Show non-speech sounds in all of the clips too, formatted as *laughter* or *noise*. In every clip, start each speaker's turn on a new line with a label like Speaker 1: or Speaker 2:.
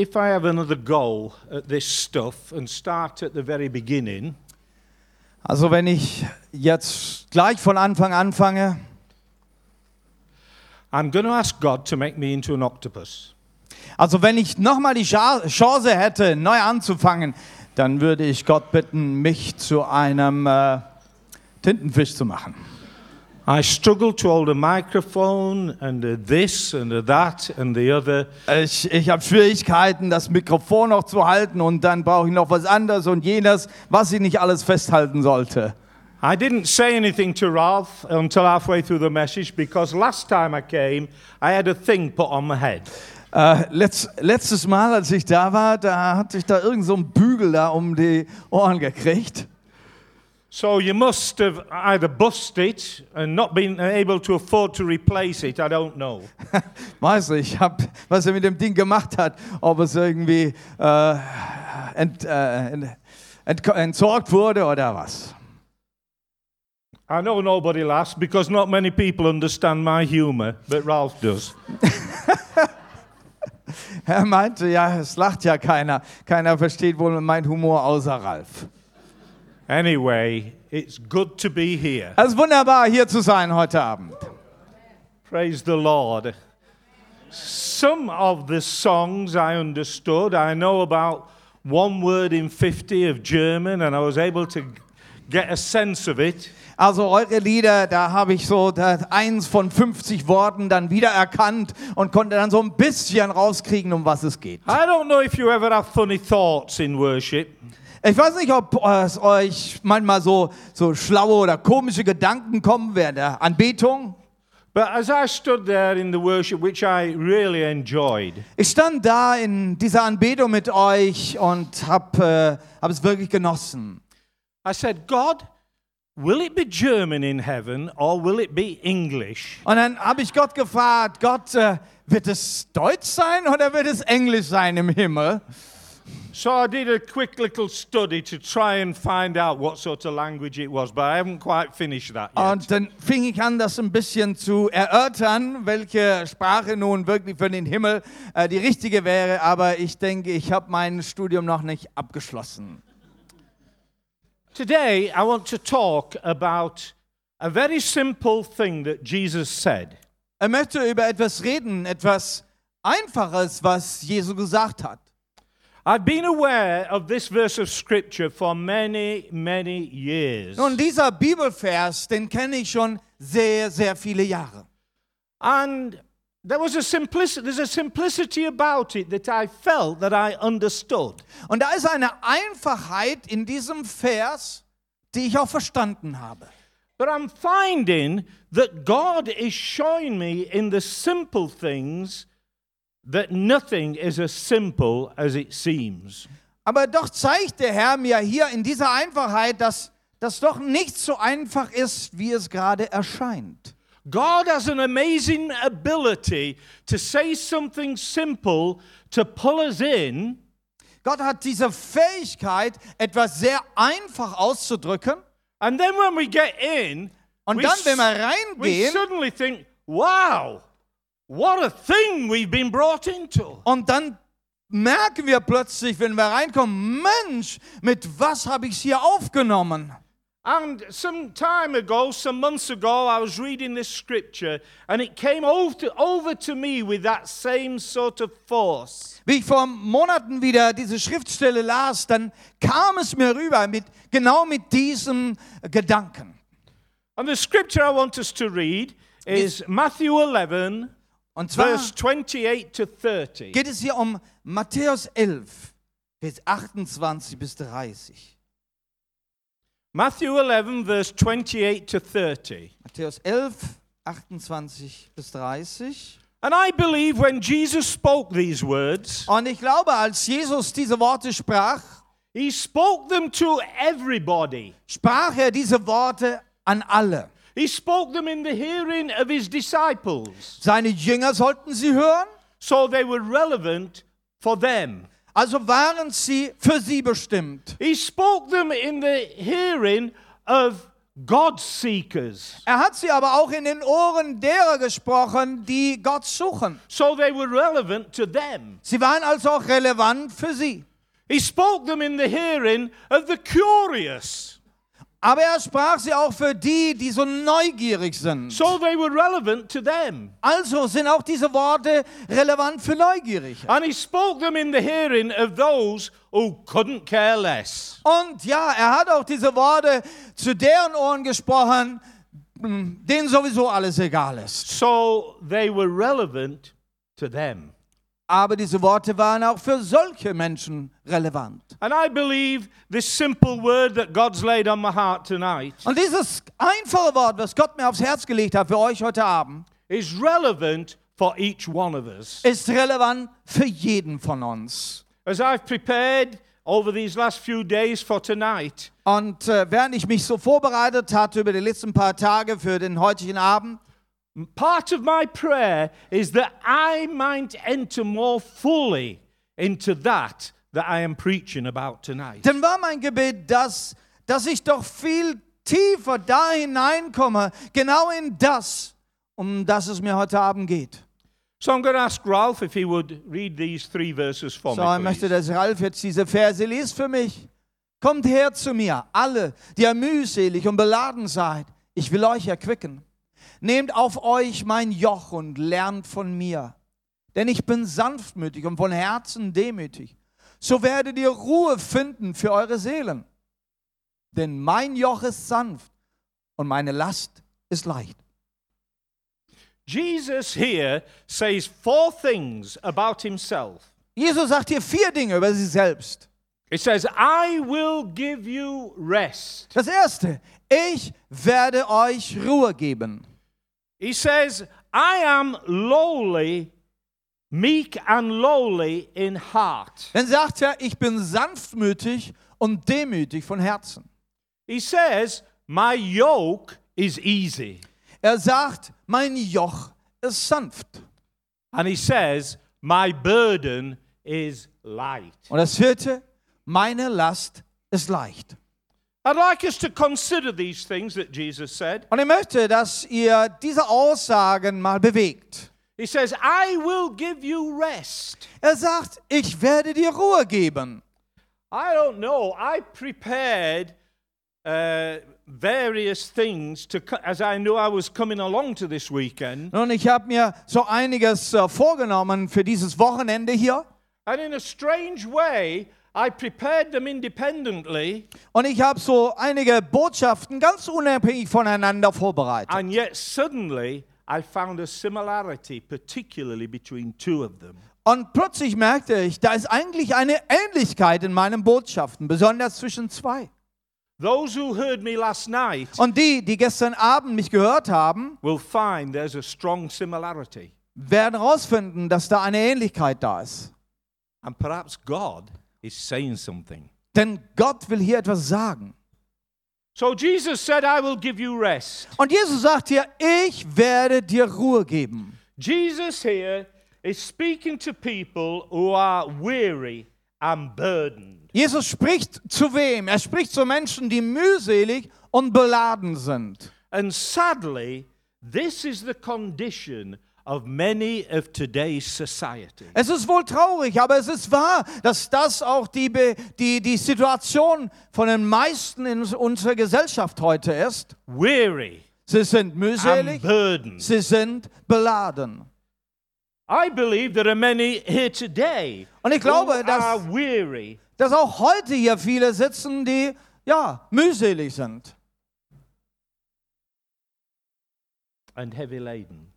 Speaker 1: If I have another go at this stuff and start at the very beginning,
Speaker 2: Also wenn ich jetzt gleich von Anfang anfange,
Speaker 1: I'm going to ask God to make me into an octopus.
Speaker 2: also wenn ich nochmal die Scha- Chance hätte, neu anzufangen, dann würde ich Gott bitten, mich zu einem äh, Tintenfisch zu machen.
Speaker 1: I struggle to hold a microphone and a this and a that and the other.
Speaker 2: Ich, ich habe Schwierigkeiten, das Mikrofon noch zu halten und dann brauche ich noch was anderes und jenes, was ich nicht alles festhalten sollte.
Speaker 1: I didn't say anything to Ralph until halfway through the message because last time I came, I had a thing put on my head.
Speaker 2: Äh, letzt, letztes Mal, als ich da war, da hatte ich da irgend so einen Bügel da um die Ohren gekriegt.
Speaker 1: So you must have either bust it and not been able to afford to replace it. I don't know.
Speaker 2: Weiß nicht, ich hab, was er mit dem Ding gemacht hat, ob es irgendwie äh, ent, äh, ent, ent, entsorgt wurde oder was.
Speaker 1: I know nobody laughs because not many people understand my humour, but Ralph does.
Speaker 2: Er meinte, ja, es lacht ja keiner. Keiner versteht wohl meinen Humor außer Ralf.
Speaker 1: Anyway, it's good to be here.
Speaker 2: Es ist wunderbar, hier zu sein heute Abend.
Speaker 1: Praise the Lord. Some of the songs I understood. I know about one word in 50 of German, and I was able to get a sense of it.
Speaker 2: Also eure Lieder, da habe ich so das eins von 50 Worten dann wieder erkannt und konnte dann so ein bisschen rauskriegen, um was es geht.
Speaker 1: I don't know if you ever have funny thoughts in worship.
Speaker 2: Ich weiß nicht, ob äh, es euch manchmal so, so schlaue oder komische Gedanken kommen während der Anbetung.
Speaker 1: But as I stood there in the worship, which I really enjoyed,
Speaker 2: Ich stand da in dieser Anbetung mit euch und habe äh, hab es wirklich genossen.
Speaker 1: I said, God, will it be German in heaven or will it be English?
Speaker 2: Und dann habe ich Gott gefragt, Gott, äh, wird es Deutsch sein oder wird es Englisch sein im Himmel?
Speaker 1: So I did a quick little study to try and find out what sort of language it was, but I haven't quite finished that yet.
Speaker 2: Und dann fing ich an, das ein bisschen zu erörtern, welche Sprache nun wirklich für den Himmel äh, die richtige wäre. Aber ich denke, ich habe mein Studium noch nicht abgeschlossen.
Speaker 1: Today, I want to talk about a very simple thing that Jesus said.
Speaker 2: Er möchte über etwas reden, etwas Einfaches, was Jesus gesagt hat.
Speaker 1: I've been aware of this verse of scripture for many, many years.
Speaker 2: Nun, dieser Bibelvers, den kenne ich schon sehr, sehr viele Jahre.
Speaker 1: And there was a simplicity, there's a simplicity about it that I felt that I understood.
Speaker 2: Und da ist eine Einfachheit in diesem Vers, die ich auch verstanden habe.
Speaker 1: But I'm finding that God is showing me in the simple things that nothing is as simple as it seems.
Speaker 2: Aber doch zeigt der Herr mir hier in dieser Einfachheit, dass das doch nicht so einfach ist, wie es gerade erscheint.
Speaker 1: God has an amazing ability to say something simple to pull us in
Speaker 2: Gott hat diese Fähigkeit, etwas sehr einfach auszudrücken.
Speaker 1: And then when we get in,
Speaker 2: Und
Speaker 1: we
Speaker 2: dann, wenn wir
Speaker 1: s- we
Speaker 2: reingehen-
Speaker 1: suddenly think, wow, what a thing we've been brought into.
Speaker 2: Und dann merken wir plötzlich, wenn wir reinkommen, Mensch, mit was habe ich es hier aufgenommen?
Speaker 1: And some time ago, some months ago, I was reading this scripture and it came over to, over to me with that same sort of force.
Speaker 2: Wie ich vor Monaten wieder diese Schriftstelle las, dann kam es mir rüber mit genau mit diesem Gedanken.
Speaker 1: And the scripture I want us to read is Matthew 11,
Speaker 2: Und zwar
Speaker 1: verse 28 to 30.
Speaker 2: geht es hier um Matthäus 11, Vers 28 bis 30.
Speaker 1: Matthew 11, verse 28 to 30.
Speaker 2: Matthäus 11, 28 bis 30.
Speaker 1: And I believe when Jesus spoke these words,
Speaker 2: Und ich glaube, als Jesus diese Worte sprach,
Speaker 1: He spoke them to everybody.
Speaker 2: sprach er diese Worte an alle.
Speaker 1: He spoke them in the hearing of his disciples.
Speaker 2: Seine Jünger sollten sie hören,
Speaker 1: So they were relevant for them.
Speaker 2: also waren sie für sie bestimmt.
Speaker 1: He spoke them in the hearing of God seekers.
Speaker 2: Er hat sie aber auch in den Ohren derer gesprochen, die Gott suchen.
Speaker 1: So they were relevant to them.
Speaker 2: Sie waren also auch relevant für sie.
Speaker 1: He spoke them in the hearing of the curious.
Speaker 2: Aber er sprach sie auch für die, die so neugierig sind.
Speaker 1: So they were relevant to them.
Speaker 2: Also sind auch diese Worte relevant für Neugierige.
Speaker 1: And he spoke them in the hearing of those who couldn't care less.
Speaker 2: Und ja, er hat auch diese Worte zu deren Ohren gesprochen, mh, denen sowieso alles egal ist.
Speaker 1: So they were relevant to them.
Speaker 2: Aber diese Worte waren auch für solche Menschen relevant.
Speaker 1: And I believe this simple word that God's laid on my heart tonight
Speaker 2: Und dieses einfache Wort, was Gott mir aufs Herz gelegt hat für euch heute Abend,
Speaker 1: is relevant for each one of us.
Speaker 2: ist relevant für jeden von uns.
Speaker 1: As I've prepared over these last few days for tonight,
Speaker 2: Und äh, während ich mich so vorbereitet hatte über die letzten paar Tage für den heutigen Abend,
Speaker 1: part of my prayer is that I might enter more fully into that that I am preaching about tonight.
Speaker 2: dann war mein Gebet das, dass ich doch viel tiefer da hineinkomme, genau in das, um das es mir heute Abend geht.
Speaker 1: So I'm going to ask Ralph if he would read these three verses for
Speaker 2: So,
Speaker 1: me.
Speaker 2: ich möchte,
Speaker 1: Please.
Speaker 2: dass Ralf jetzt diese Verse liest für mich. Kommt her zu mir, alle, die ihr mühselig und beladen seid. Ich will euch erquicken. Nehmt auf euch mein Joch und lernt von mir. Denn ich bin sanftmütig und von Herzen demütig. So werdet ihr Ruhe finden für eure Seelen. Denn mein Joch ist sanft und meine Last ist leicht.
Speaker 1: Jesus here says four things about himself.
Speaker 2: Jesus sagt hier vier Dinge über sich selbst.
Speaker 1: He says, I will give you rest.
Speaker 2: Das erste, ich werde euch Ruhe geben.
Speaker 1: He says, I am lowly, meek and lowly in heart.
Speaker 2: Dann sagt er, ich bin sanftmütig und demütig von Herzen.
Speaker 1: He says, My yoke is easy.
Speaker 2: Er sagt, mein Joch ist sanft.
Speaker 1: And he says, My burden is light.
Speaker 2: Und das vierte, meine Last ist leicht.
Speaker 1: I'd like us to consider these things that Jesus said.
Speaker 2: Und ich möchte, dass ihr diese Aussagen mal bewegt.
Speaker 1: He says, I will give you rest.
Speaker 2: Er sagt, ich werde dir Ruhe geben.
Speaker 1: I don't know. I prepared uh, various things to, co- as I knew I was coming along to this weekend.
Speaker 2: Nun, ich habe mir so einiges äh, vorgenommen für dieses Wochenende hier.
Speaker 1: And in a strange way, I prepared them independently
Speaker 2: Und ich habe so einige Botschaften ganz unabhängig voneinander vorbereitet.
Speaker 1: And yet suddenly I found a similarity, particularly between two of them.
Speaker 2: Und plötzlich merkte ich, da ist eigentlich eine Ähnlichkeit in meinen Botschaften, besonders zwischen zwei.
Speaker 1: Those who heard me last night
Speaker 2: Und die, die gestern Abend mich gehört haben,
Speaker 1: will find there's a strong similarity.
Speaker 2: werden herausfinden, dass da eine Ähnlichkeit da ist.
Speaker 1: And perhaps God is saying something.
Speaker 2: Denn Gott will hier etwas sagen.
Speaker 1: So Jesus said, I will give you rest.
Speaker 2: Und Jesus sagt hier, ich werde dir Ruhe geben.
Speaker 1: Jesus here is speaking to people who are weary and burdened.
Speaker 2: Jesus spricht zu wem? Er spricht zu Menschen, die mühselig und beladen sind.
Speaker 1: And sadly, this is the condition of many of today's society.
Speaker 2: Es ist wohl traurig, aber es ist wahr, dass das auch die, Be die, die Situation von den meisten in uns- unserer Gesellschaft heute ist.
Speaker 1: Weary
Speaker 2: Sie sind
Speaker 1: and
Speaker 2: mühselig,
Speaker 1: burdened.
Speaker 2: sie sind beladen.
Speaker 1: I believe there are many here today
Speaker 2: Und ich glaube,
Speaker 1: who
Speaker 2: dass-
Speaker 1: are weary
Speaker 2: Dass auch heute hier viele sitzen, die, ja, mühselig sind
Speaker 1: and heavy laden,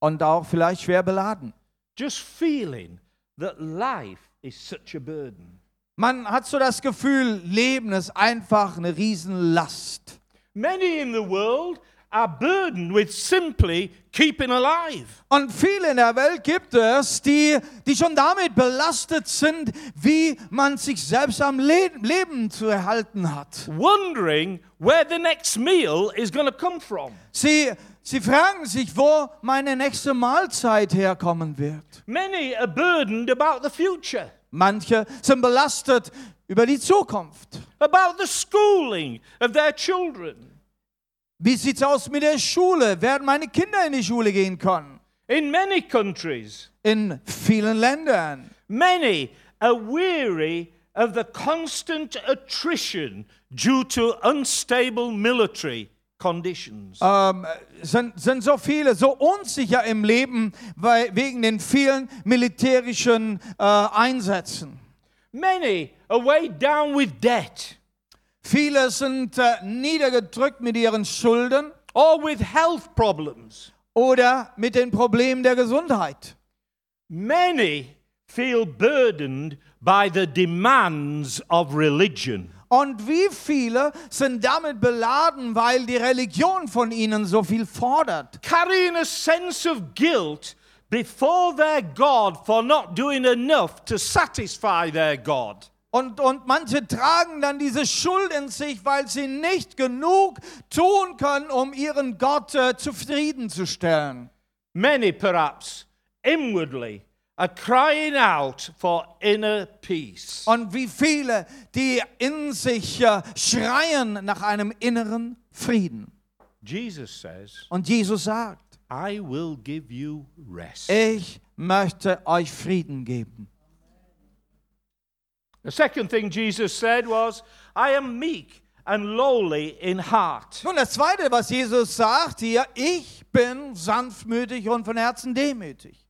Speaker 2: und auch vielleicht schwer beladen.
Speaker 1: just feeling that life is such a burden.
Speaker 2: Man hat so das Gefühl, Leben ist einfach eine Riesenlast.
Speaker 1: Many in the world are burdened with simply keeping alive.
Speaker 2: Und viele in der Welt gibt es, die, die schon damit belastet sind, wie man sich selbst am Le Leben zu erhalten hat.
Speaker 1: Wondering where the next meal is going to come from.
Speaker 2: Sie, sie fragen sich, wo meine nächste Mahlzeit herkommen wird.
Speaker 1: Many are burdened about the future,
Speaker 2: Manche sind belastet über die Zukunft,
Speaker 1: about the schooling of their children,
Speaker 2: Wie sieht's aus mit der Schule? Werden meine Kinder in die Schule gehen können?
Speaker 1: In many countries,
Speaker 2: In vielen Ländern.
Speaker 1: many are weary of the constant attrition due to unstable military conditions.
Speaker 2: ähm, sind, sind so viele, so unsicher im Leben, weil, wegen den vielen militärischen äh, Einsätzen.
Speaker 1: Many are weighed down with debt
Speaker 2: Viele sind äh, niedergedrückt mit ihren Schulden
Speaker 1: or with health problems.
Speaker 2: oder mit den Problemen der Gesundheit.
Speaker 1: Many feel burdened by the demands of religion.
Speaker 2: Und wie viele sind damit beladen, weil die Religion von ihnen so viel fordert?
Speaker 1: carrying a sense of guilt before their God for not doing enough to satisfy their God.
Speaker 2: Und, und manche tragen dann diese Schuld in sich, weil sie nicht genug tun können, um ihren Gott äh, zufriedenzustellen.
Speaker 1: Many, perhaps, inwardly are crying out for inner peace.
Speaker 2: Und wie viele, die in sich äh, schreien nach einem inneren Frieden.
Speaker 1: Jesus says,
Speaker 2: Und Jesus sagt,
Speaker 1: I will give you rest.
Speaker 2: ich möchte euch Frieden geben.
Speaker 1: The second thing Jesus said was, I am meek and lowly in heart.
Speaker 2: Nun, das Zweite, was Jesus sagt hier, ich bin sanftmütig und von Herzen demütig.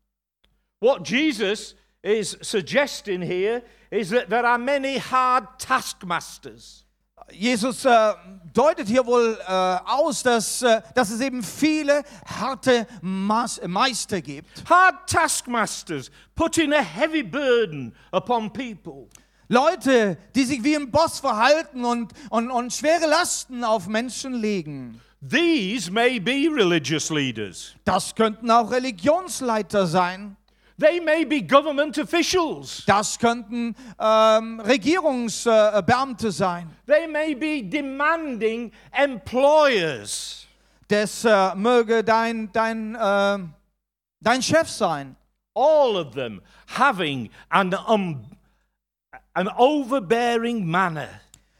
Speaker 1: What Jesus is suggesting here is that there are many hard taskmasters.
Speaker 2: Jesus äh, deutet hier wohl äh, aus, dass, äh, dass es eben viele harte Mas Meister gibt.
Speaker 1: hard taskmasters putting a heavy burden upon people.
Speaker 2: Leute, die sich wie ein Boss verhalten und, und, und schwere Lasten auf Menschen legen.
Speaker 1: These may be religious leaders.
Speaker 2: Das könnten auch Religionsleiter sein.
Speaker 1: They may be government officials.
Speaker 2: Das könnten ähm, Regierungsbeamte äh, Beamte sein.
Speaker 1: They may be demanding employers.
Speaker 2: Das äh, möge dein, dein, äh, dein Chef sein.
Speaker 1: All of them having an, um, an overbearing manner.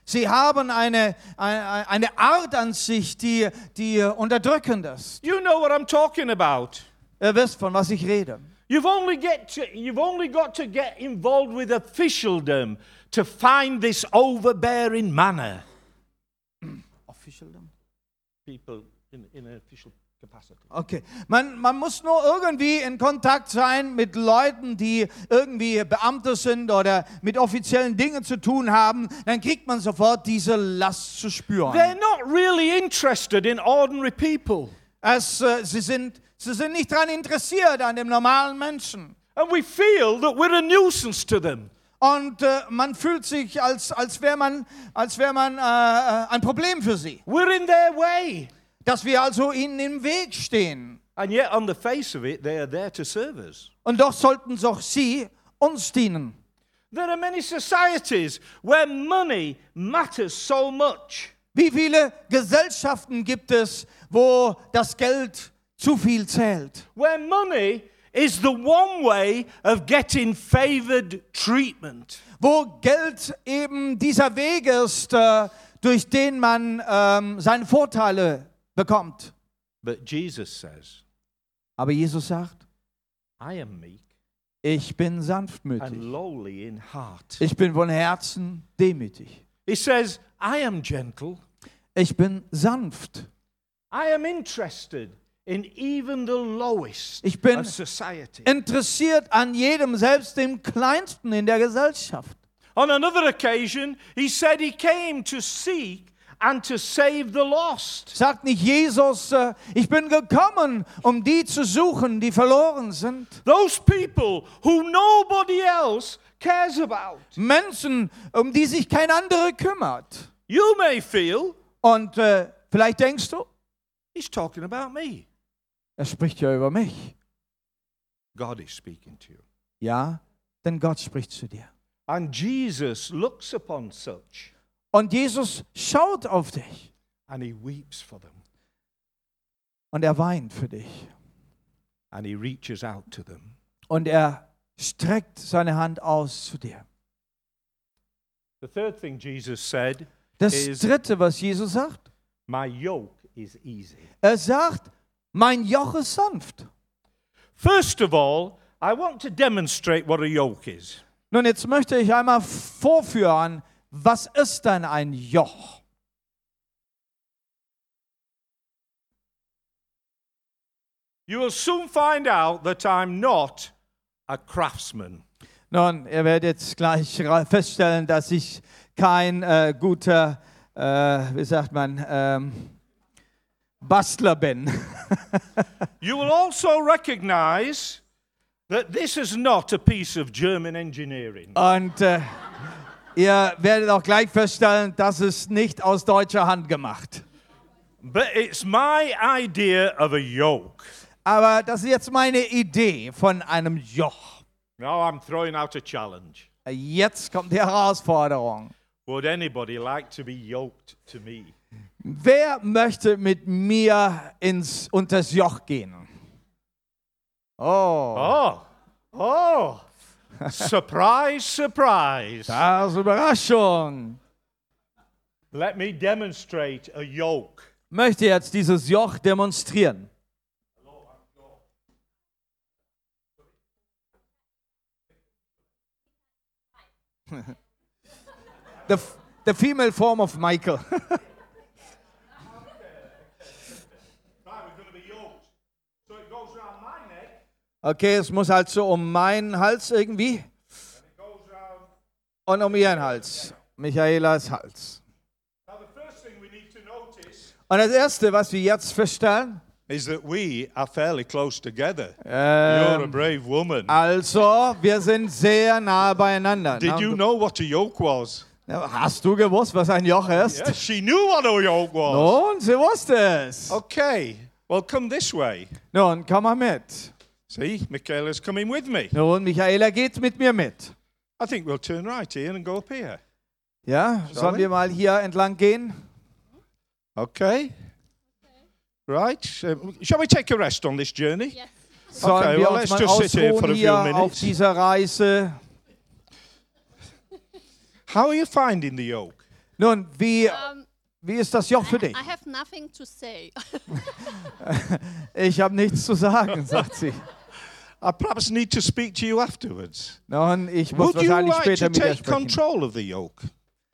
Speaker 2: Sie haben eine, eine, eine Art an sich, die, die unterdrückend ist.
Speaker 1: You know what I'm talking about.
Speaker 2: Ihr wisst, von was ich rede.
Speaker 1: You've only, get to, you've only got to get involved with officialdom to find this overbearing manner.
Speaker 2: Officialdom?
Speaker 1: People in, in an official capacity.
Speaker 2: Okay. Man, man muss nur irgendwie in Kontakt sein mit Leuten, die irgendwie Beamte sind oder mit offiziellen Dingen zu tun haben. Dann kriegt man sofort diese Last zu spüren.
Speaker 1: They're not really interested in ordinary people.
Speaker 2: es, äh, sie, sind, sie sind nicht daran interessiert, an dem normalen Menschen.
Speaker 1: And we feel that we're a nuisance to them.
Speaker 2: Und äh, man fühlt sich, als, als wäre man, als wär man äh, äh, ein Problem für sie.
Speaker 1: We're in their way.
Speaker 2: Dass wir also ihnen im Weg stehen.
Speaker 1: And yet, on the face of it, they are there to serve us.
Speaker 2: Und doch sollten doch sie uns dienen.
Speaker 1: There are many societies where money matters so much.
Speaker 2: Wie viele Gesellschaften gibt es, wo das Geld zu viel zählt?
Speaker 1: Where money is the one way of getting favored treatment.
Speaker 2: Wo Geld eben dieser Weg ist, äh, durch den man ähm, seine Vorteile bekommt.
Speaker 1: But Jesus says,
Speaker 2: Aber Jesus sagt,
Speaker 1: I am meek
Speaker 2: ich bin
Speaker 1: and
Speaker 2: sanftmütig.
Speaker 1: lowly in heart.
Speaker 2: Ich bin von Herzen demütig.
Speaker 1: He says, I am gentle.
Speaker 2: Ich bin sanft.
Speaker 1: I am interested in even the lowest
Speaker 2: Ich bin
Speaker 1: of society.
Speaker 2: interessiert an jedem, selbst dem Kleinsten in der Gesellschaft.
Speaker 1: On another occasion, he said he came to seek and to save the lost.
Speaker 2: Sagt nicht Jesus, äh, ich bin gekommen, um die zu suchen, die verloren sind.
Speaker 1: Those people who nobody else cares about.
Speaker 2: Menschen, um die sich kein anderer kümmert.
Speaker 1: You may feel
Speaker 2: Und äh, vielleicht denkst du,
Speaker 1: he's talking about me.
Speaker 2: er spricht ja über mich.
Speaker 1: God is speaking to you.
Speaker 2: Ja, denn Gott spricht zu dir.
Speaker 1: And Jesus looks upon such
Speaker 2: Und Jesus schaut auf dich
Speaker 1: and he weeps for them
Speaker 2: und er weint für dich.
Speaker 1: and he reaches out to them.
Speaker 2: Und er streckt seine Hand aus zu dir.
Speaker 1: The third thing Jesus said
Speaker 2: Das
Speaker 1: is,
Speaker 2: Dritte, was Jesus sagt,
Speaker 1: My yoke is easy.
Speaker 2: Er sagt, mein Joch ist sanft.
Speaker 1: First of all, I want to demonstrate what a yoke is.
Speaker 2: Nun, jetzt möchte ich einmal vorführen, was ist denn ein Joch?
Speaker 1: You will soon find out that I'm not a craftsman.
Speaker 2: Nun, ihr werdet jetzt gleich ra- feststellen, dass ich kein äh, guter, äh, wie sagt man, ähm, Bastler bin.
Speaker 1: You will also recognize that this is not a piece of German engineering.
Speaker 2: Und äh, ihr werdet auch gleich feststellen, das ist nicht aus deutscher Hand gemacht.
Speaker 1: But it's my idea of a yoke.
Speaker 2: Aber das ist jetzt meine Idee von einem Joch.
Speaker 1: Now I'm throwing out a challenge.
Speaker 2: Jetzt kommt die Herausforderung.
Speaker 1: Would anybody like to be yoked to me?
Speaker 2: Wer möchte mit mir ins unters Joch gehen? Oh,
Speaker 1: Oh, oh. surprise, surprise.
Speaker 2: das ist Überraschung.
Speaker 1: Let me demonstrate a yoke.
Speaker 2: Möchte jetzt dieses Joch demonstrieren. *laughs* The, f- the female form of Michael. *laughs*
Speaker 1: Right, we're going to be yoked. So it goes around my neck,
Speaker 2: Okay, es muss halt so um meinen Hals irgendwie
Speaker 1: it goes around.
Speaker 2: und um ihren Hals. Michaelas Hals.
Speaker 1: Now, the first thing we need to notice
Speaker 2: Und das Erste, was wir jetzt feststellen,
Speaker 1: is that we are fairly close together. You're a
Speaker 2: ähm,
Speaker 1: brave woman.
Speaker 2: also wir sind sehr nah beieinander.
Speaker 1: Did
Speaker 2: Na,
Speaker 1: you
Speaker 2: du-
Speaker 1: know what a yoke was?
Speaker 2: Hast du gewusst, was ein Joch ist?
Speaker 1: Yes, *laughs* she knew what a yoke was.
Speaker 2: Nun, sie wusste es.
Speaker 1: Okay, well, come this way.
Speaker 2: Nun, komm mal mit.
Speaker 1: See, Michaela's coming with me.
Speaker 2: Nun, Michaela geht mit mir mit.
Speaker 1: I think we'll turn right here and go up here.
Speaker 2: Ja, sollen
Speaker 1: we?
Speaker 2: wir mal hier entlang gehen?
Speaker 1: Okay. Right. um, shall we take a rest on this journey?
Speaker 3: Yes.
Speaker 2: Sollen
Speaker 1: Okay,
Speaker 2: wir
Speaker 1: well,
Speaker 2: uns
Speaker 1: let's
Speaker 2: mal
Speaker 1: just sit here for
Speaker 2: ausruhen
Speaker 1: a few
Speaker 2: hier
Speaker 1: minutes.
Speaker 2: auf dieser Reise?
Speaker 1: How are you finding the yoke?
Speaker 2: Nun, wie,
Speaker 3: Um,
Speaker 2: wie ist das Joch für
Speaker 3: I,
Speaker 2: dich?
Speaker 3: I have nothing to say. *laughs*
Speaker 2: Ich habe nichts
Speaker 1: *laughs*
Speaker 2: zu sagen, sagt sie.
Speaker 1: I perhaps need to speak to you afterwards.
Speaker 2: Nun, ich muss
Speaker 1: Would you
Speaker 2: wahrscheinlich
Speaker 1: like
Speaker 2: später
Speaker 1: to
Speaker 2: mit dir
Speaker 1: take
Speaker 2: sprechen.
Speaker 1: control of the yoke?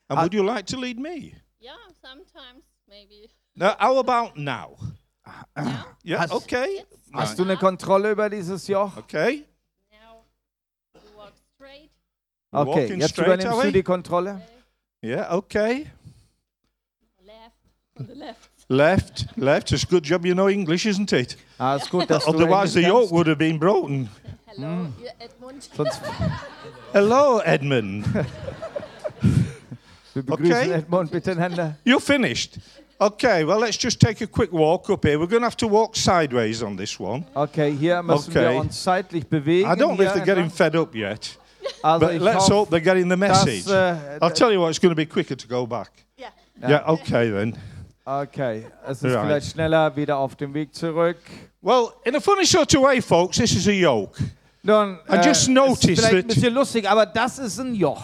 Speaker 1: And
Speaker 2: I-
Speaker 1: would you like to lead me?
Speaker 3: yeah, sometimes maybe.
Speaker 1: Now, how about now?
Speaker 3: Yeah,
Speaker 1: Yeah,
Speaker 2: Has-
Speaker 1: okay.
Speaker 2: Hast
Speaker 1: Right.
Speaker 2: du eine Kontrolle über dieses Joch?
Speaker 1: Okay.
Speaker 3: now you walk straight.
Speaker 2: Okay,
Speaker 1: Walking
Speaker 2: jetzt
Speaker 1: straight
Speaker 2: übernimmst
Speaker 1: away?
Speaker 2: du die Kontrolle.
Speaker 1: Yeah, okay.
Speaker 3: Left, on the left.
Speaker 1: Left, left. It's a good job you know English, isn't it?
Speaker 2: Ah, ist
Speaker 1: *laughs*
Speaker 2: gut, dass du
Speaker 1: Otherwise, the
Speaker 2: Englisch
Speaker 1: yoke
Speaker 2: kannst.
Speaker 1: would have been broken.
Speaker 3: Hello, yeah, Edmund.
Speaker 2: Sonst
Speaker 1: Hello, Edmund. *laughs*
Speaker 2: wir begrüßen
Speaker 1: Okay.
Speaker 2: Edmund miteinander.
Speaker 1: You're finished. Okay, well, let's just take a quick walk up here. We're going to have to walk sideways on this one.
Speaker 2: Okay, hier müssen
Speaker 1: Okay.
Speaker 2: wir uns zeitlich bewegen.
Speaker 1: I don't know
Speaker 2: hier
Speaker 1: if they're getting
Speaker 2: entlang.
Speaker 1: fed up yet,
Speaker 2: also
Speaker 1: but
Speaker 2: ich
Speaker 1: let's hope
Speaker 2: hoffe,
Speaker 1: they're getting the message.
Speaker 2: dass, äh,
Speaker 1: I'll tell you what, it's going to be quicker to go back.
Speaker 3: Yeah.
Speaker 1: Yeah, okay then.
Speaker 2: okay, es ist
Speaker 1: Right.
Speaker 2: vielleicht schneller wieder auf dem Weg zurück.
Speaker 1: Well, in a funny sort of way, folks, this is a yoke.
Speaker 2: Nun, äh,
Speaker 1: I just
Speaker 2: ist
Speaker 1: noticed
Speaker 2: vielleicht ein
Speaker 1: that-
Speaker 2: bisschen lustig, aber das ist ein Joch.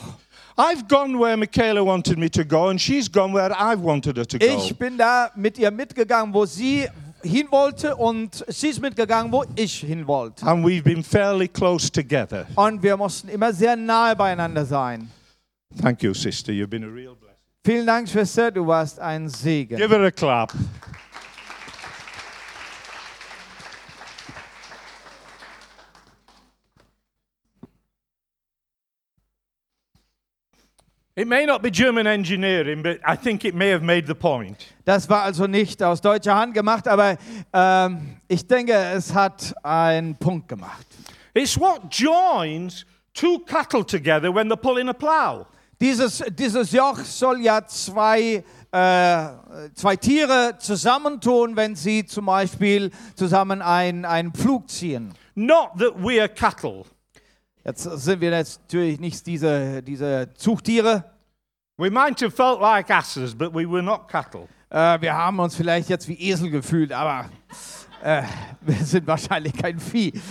Speaker 1: I've gone where Michaela wanted me to go, and she's gone where I've wanted her to go.
Speaker 2: Ich bin da mit ihr mitgegangen, wo sie hin wollte und sie ist mitgegangen, wo ich hin wollte.
Speaker 1: And we've been fairly close together.
Speaker 2: Und wir mussten immer sehr nahe beieinander sein.
Speaker 1: Thank you, sister. You've been a real blessing.
Speaker 2: Vielen Dank, Schwester, du warst ein Segen.
Speaker 1: Give her a clap. It may not be German engineering, but I think it may have made the point.
Speaker 2: Das war also nicht aus deutscher Hand gemacht, aber ähm, ich denke, es hat einen Punkt gemacht.
Speaker 1: It's what joins two cattle together when they're pulling a plough.
Speaker 2: Dieses, dieses Joch soll ja zwei, äh, zwei Tiere zusammentun, wenn sie zum Beispiel zusammen einen, einen Pflug ziehen.
Speaker 1: Not that we are cattle.
Speaker 2: Jetzt sind wir jetzt natürlich nicht diese, diese Zuchtiere.
Speaker 1: We might have felt like asses, but we were not cattle.
Speaker 2: Äh, wir haben uns vielleicht jetzt wie Esel gefühlt, aber äh, *laughs* wir sind wahrscheinlich kein Vieh. *laughs*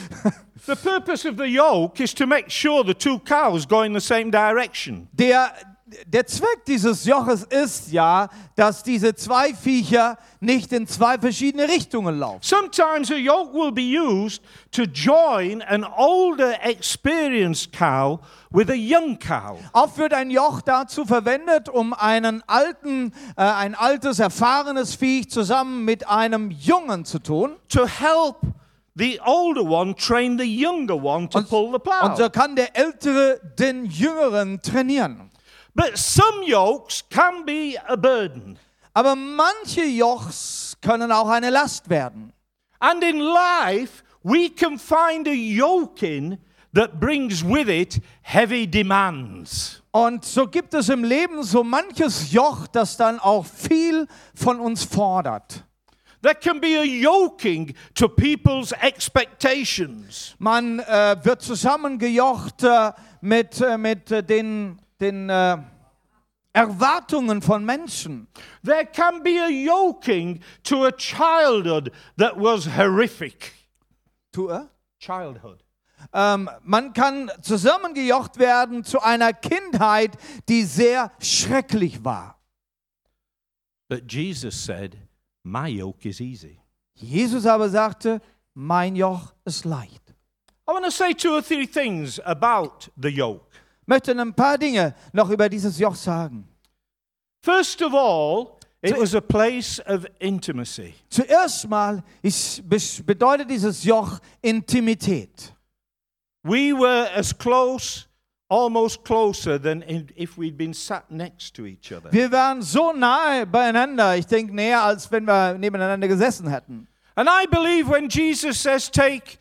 Speaker 1: The purpose of the yoke is to make sure the two cows go in the same direction.
Speaker 2: Der, Der Zweck dieses Joches ist ja, dass diese zwei Viecher nicht in zwei verschiedene Richtungen laufen.
Speaker 1: Sometimes a yoke will be used to join an older, experienced cow with a young cow.
Speaker 2: Oft wird ein Joch dazu verwendet, um einen alten, äh, ein altes, erfahrenes Viech zusammen mit einem Jungen zu tun.
Speaker 1: to help the older one train the younger one to pull the plow.
Speaker 2: Und so kann der Ältere den Jüngeren trainieren.
Speaker 1: but some yokes can be a burden.
Speaker 2: Aber manche Jochs können auch eine Last werden.
Speaker 1: And in life, we can find a yoking that brings with it heavy demands.
Speaker 2: Und so gibt es im Leben so manches Joch, das dann auch viel von uns fordert.
Speaker 1: There can be a yoking to people's expectations.
Speaker 2: Man äh, wird zusammengejocht äh, mit, äh, mit äh, den, den äh, Erwartungen von Menschen.
Speaker 1: There can be a yoking to a childhood that was horrific.
Speaker 2: Tu, äh?
Speaker 1: Childhood.
Speaker 2: Ähm, man kann zusammengejocht werden zu einer Kindheit, die sehr schrecklich war.
Speaker 1: But Jesus said, My yoke is easy.
Speaker 2: Jesus aber sagte, mein Joch ist leicht.
Speaker 1: I want to say two or three things about the yoke.
Speaker 2: Ich möchte ein paar Dinge noch über dieses Joch sagen.
Speaker 1: First of all, it was a place of intimacy.
Speaker 2: Zuerst mal ist, bes- bedeutet dieses Joch Intimität.
Speaker 1: We were as close, almost closer than in- if we'd been sat next to each other.
Speaker 2: Wir waren so nahe beieinander, ich denke näher, als wenn wir nebeneinander gesessen hätten.
Speaker 1: And I believe when Jesus says, Take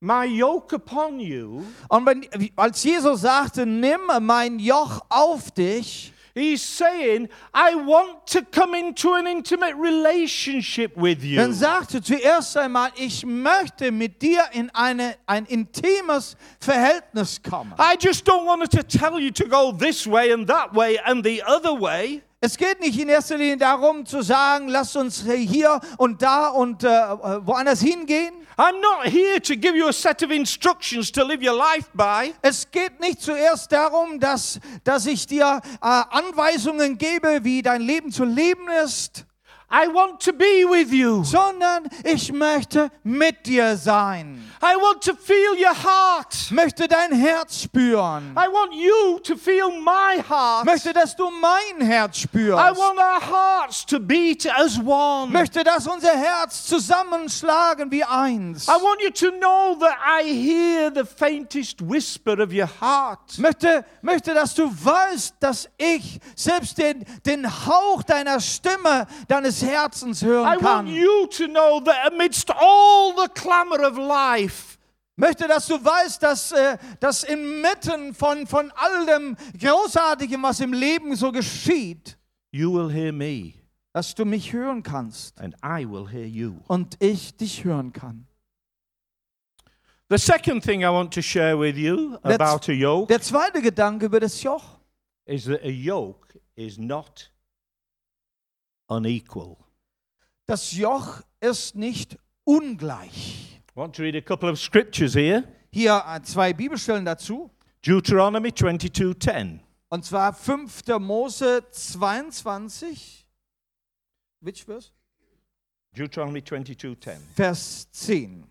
Speaker 1: my yoke upon you,
Speaker 2: Und wenn, als Jesus sagte, nimm mein Joch auf dich,
Speaker 1: he's saying, I want to come into an intimate relationship with
Speaker 2: dann
Speaker 1: you.
Speaker 2: sagte zuerst einmal, ich möchte mit dir in eine, ein intimes Verhältnis kommen.
Speaker 1: I just don't want to tell you to go this way and that way and the other way.
Speaker 2: Es geht nicht in erster Linie darum zu sagen, lass uns hier und da und äh, woanders hingehen.
Speaker 1: I'm not here to give you a set of instructions to live your life by.
Speaker 2: Es geht nicht zuerst darum, dass, dass ich dir äh, Anweisungen gebe, wie dein Leben zu leben ist,
Speaker 1: I want to be with you.
Speaker 2: sondern ich möchte mit dir sein,
Speaker 1: I want to feel your heart.
Speaker 2: möchte dein Herz spüren,
Speaker 1: I want you to feel my heart.
Speaker 2: möchte, dass du mein Herz
Speaker 1: I
Speaker 2: spürst,
Speaker 1: want our hearts to beat as one.
Speaker 2: möchte, dass unser Herz zusammenschlagen wie eins,
Speaker 1: I want you to know that I hear the faintest whisper of your heart.
Speaker 2: möchte, möchte, dass du weißt, dass ich selbst den, den Hauch deiner Stimme, deines Herzens
Speaker 1: I
Speaker 2: hören
Speaker 1: want
Speaker 2: kann.
Speaker 1: you to know that amidst all the clamor of life,
Speaker 2: möchte, dass du weißt, dass, äh, dass inmitten von, von all dem Großartigen, was im Leben so geschieht,
Speaker 1: you will hear me
Speaker 2: dass du mich hören kannst
Speaker 1: and I will hear you.
Speaker 2: und ich dich hören kann.
Speaker 1: The second thing I want to share with you
Speaker 2: That's-
Speaker 1: about a yoke
Speaker 2: Der zweite Gedanke über das Joch.
Speaker 1: is that a yoke is not unequal.
Speaker 2: Das Joch ist nicht
Speaker 1: I
Speaker 2: ungleich.
Speaker 1: want to read a couple of scriptures here.
Speaker 2: Hier äh, zwei Bibelstellen dazu.
Speaker 1: Deuteronomy 22:10.
Speaker 2: Und zwar 5. Mose 22, which verse?
Speaker 1: Deuteronomy 22:10.
Speaker 2: Vers 10.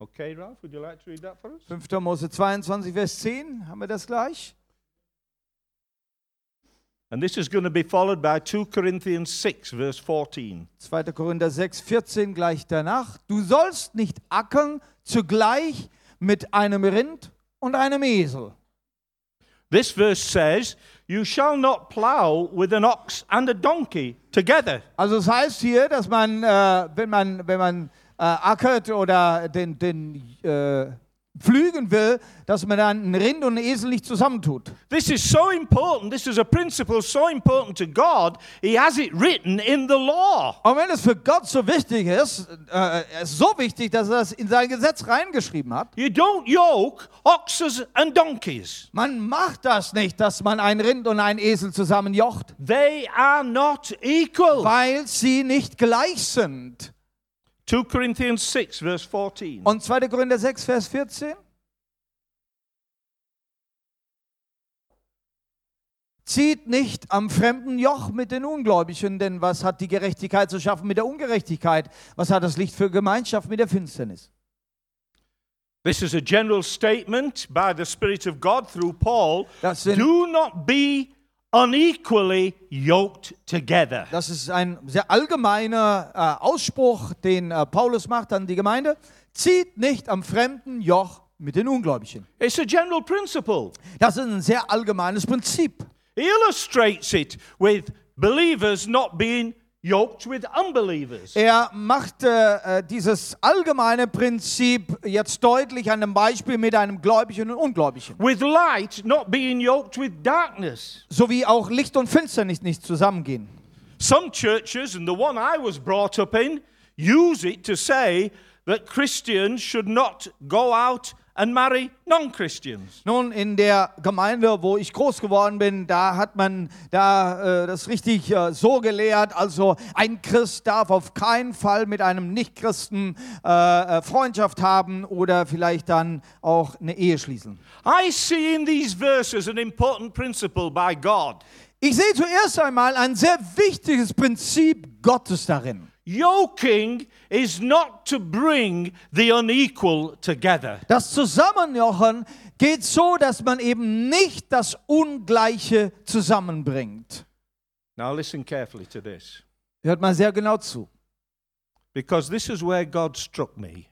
Speaker 1: Okay, Ralph, would you like to read that for us?
Speaker 2: 5. Mose 22, Vers 10. Haben wir das gleich?
Speaker 1: And this is going to be followed by 2 Corinthians 6 verse 14.
Speaker 2: 2. Korinther 6, 14 gleich danach. Du sollst nicht ackern zugleich mit einem Rind und einem Esel.
Speaker 1: This verse says, "You shall not plow with an ox and a donkey together."
Speaker 2: Also es heißt hier, dass man, äh, wenn man, wenn man äh, ackert oder den, den äh, pflügen will, dass man dann einen Rind und einen Esel nicht zusammentut.
Speaker 1: This is so important. This is a principle so important to God. He has it written in the law.
Speaker 2: Und wenn es für Gott so wichtig ist, äh, es ist so wichtig, dass er das in sein Gesetz reingeschrieben hat,
Speaker 1: You don't yoke oxes and donkeys.
Speaker 2: man macht das nicht, dass man einen Rind und einen Esel zusammen jocht,
Speaker 1: They are not equal.
Speaker 2: weil sie nicht gleich sind.
Speaker 1: 2 Corinthians 6, verse 14.
Speaker 2: Und 2. Korinther 6, Vers 14. Zieht nicht am fremden Joch mit den Ungläubigen, denn was hat die Gerechtigkeit zu schaffen mit der Ungerechtigkeit? Was hat das Licht für Gemeinschaft mit der Finsternis?
Speaker 1: This is a general statement by the Spirit of God through Paul.
Speaker 2: Das sind
Speaker 1: Do not be unequally yoked together.
Speaker 2: Das ist ein sehr allgemeiner äh, Ausspruch, den äh, Paulus macht an die Gemeinde. Zieht nicht am fremden Joch mit den Ungläubigen.
Speaker 1: It's a general principle.
Speaker 2: Das ist ein sehr allgemeines Prinzip.
Speaker 1: He illustrates it with believers not being yoked with unbelievers.
Speaker 2: Er macht äh, äh, dieses allgemeine Prinzip jetzt deutlich an einem Beispiel mit einem Gläubigen und Ungläubigen.
Speaker 1: With light not being yoked with darkness.
Speaker 2: Sowie auch Licht und Finsternis nicht zusammengehen.
Speaker 1: Some churches, and the one I was brought up in, use it to say that Christians should not go out and marry non Christians.
Speaker 2: Nun, in der Gemeinde, wo ich groß geworden bin, da hat man da äh, das richtig äh, so gelehrt. Also ein Christ darf auf keinen Fall mit einem Nichtchristen äh, äh, Freundschaft haben oder vielleicht dann auch eine Ehe schließen.
Speaker 1: I see in these verses an important principle by God.
Speaker 2: Ich sehe zuerst einmal ein sehr wichtiges Prinzip Gottes darin.
Speaker 1: Yoking is not to bring the unequal together.
Speaker 2: Das Zusammenjochen geht so, dass man eben nicht das Ungleiche zusammenbringt.
Speaker 1: Now, listen carefully to this,
Speaker 2: Hört mal sehr genau zu.
Speaker 1: because this is where God struck me.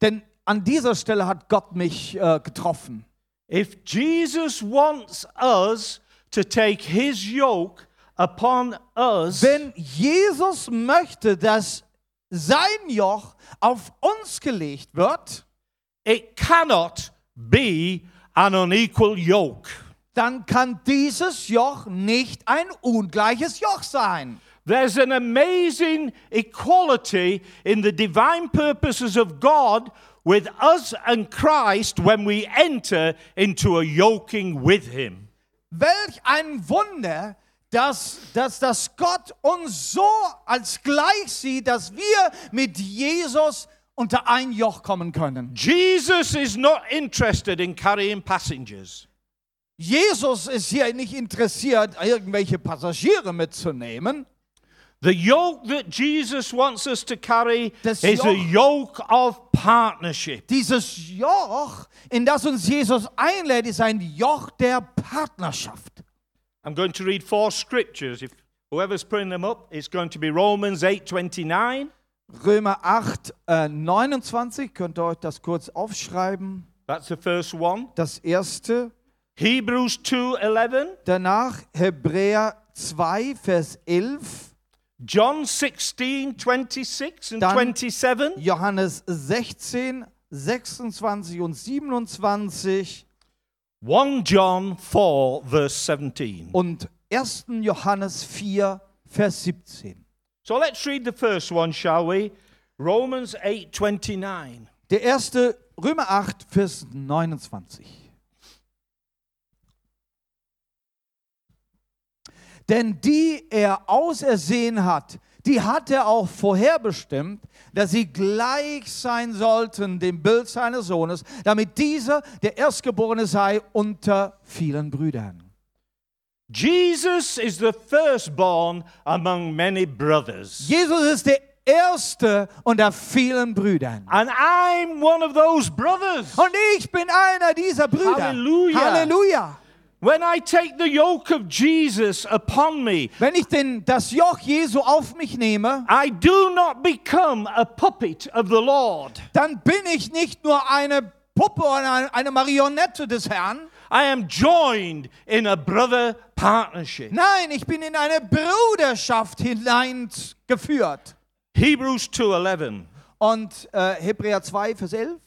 Speaker 2: Denn an dieser Stelle hat Gott mich äh, getroffen.
Speaker 1: If Jesus wants us to take his yoke upon us,
Speaker 2: Wenn Jesus möchte, dass sein Joch auf uns gelegt wird,
Speaker 1: it cannot be an unequal yoke.
Speaker 2: dann kann dieses Joch nicht ein ungleiches Joch sein.
Speaker 1: There's an amazing equality in the divine purposes of God with us and Christ when we enter into a yoking with him.
Speaker 2: Welch ein Wunder, dass, dass, dass Gott uns so als gleich sieht, dass wir mit Jesus unter ein Joch kommen können.
Speaker 1: Jesus is not interested in carrying passengers.
Speaker 2: Jesus ist hier nicht interessiert, irgendwelche Passagiere mitzunehmen.
Speaker 1: The yoke that Jesus wants us to carry
Speaker 2: Das
Speaker 1: is a
Speaker 2: Joch.
Speaker 1: yoke of partnership.
Speaker 2: Dieses Joch, in das uns Jesus einlädt, ist ein Joch der Partnerschaft.
Speaker 1: I'm going to read four scriptures. If whoever's putting them up, it's going to be Romans 8:29.
Speaker 2: Römer 8, äh, 29, könnt ihr euch das kurz aufschreiben.
Speaker 1: That's the first one.
Speaker 2: Das erste,
Speaker 1: Hebrews 2:11,
Speaker 2: danach Hebräer 2, Vers 11,
Speaker 1: John 16:26 and
Speaker 2: Dann-
Speaker 1: 27,
Speaker 2: Johannes 16, 26 und 27
Speaker 1: 1 John 4 verse 17.
Speaker 2: und 1. Johannes 4, Vers 17.
Speaker 1: So let's read the first one, shall we? Romans 8:29.
Speaker 2: Der erste, Römer 8, Vers 29. Denn die er ausersehen hat, die hat er auch vorherbestimmt, dass sie gleich sein sollten dem Bild seines Sohnes, damit dieser der Erstgeborene sei unter vielen Brüdern.
Speaker 1: Jesus is the firstborn among many brothers.
Speaker 2: Jesus ist der Erste unter vielen Brüdern.
Speaker 1: And I'm one of those brothers.
Speaker 2: Und ich bin einer dieser Brüder.
Speaker 1: Halleluja.
Speaker 2: Halleluja.
Speaker 1: When I take the yoke of Jesus upon me,
Speaker 2: Wenn ich denn das Joch Jesu auf mich nehme,
Speaker 1: I do not become a puppet of the Lord.
Speaker 2: dann bin ich nicht nur eine Puppe oder eine Marionette des Herrn.
Speaker 1: I am joined in a brother partnership.
Speaker 2: Nein, ich bin in eine Bruderschaft hineingeführt.
Speaker 1: Hebrews 2:11.
Speaker 2: Und äh, Hebräer 2, Vers 11.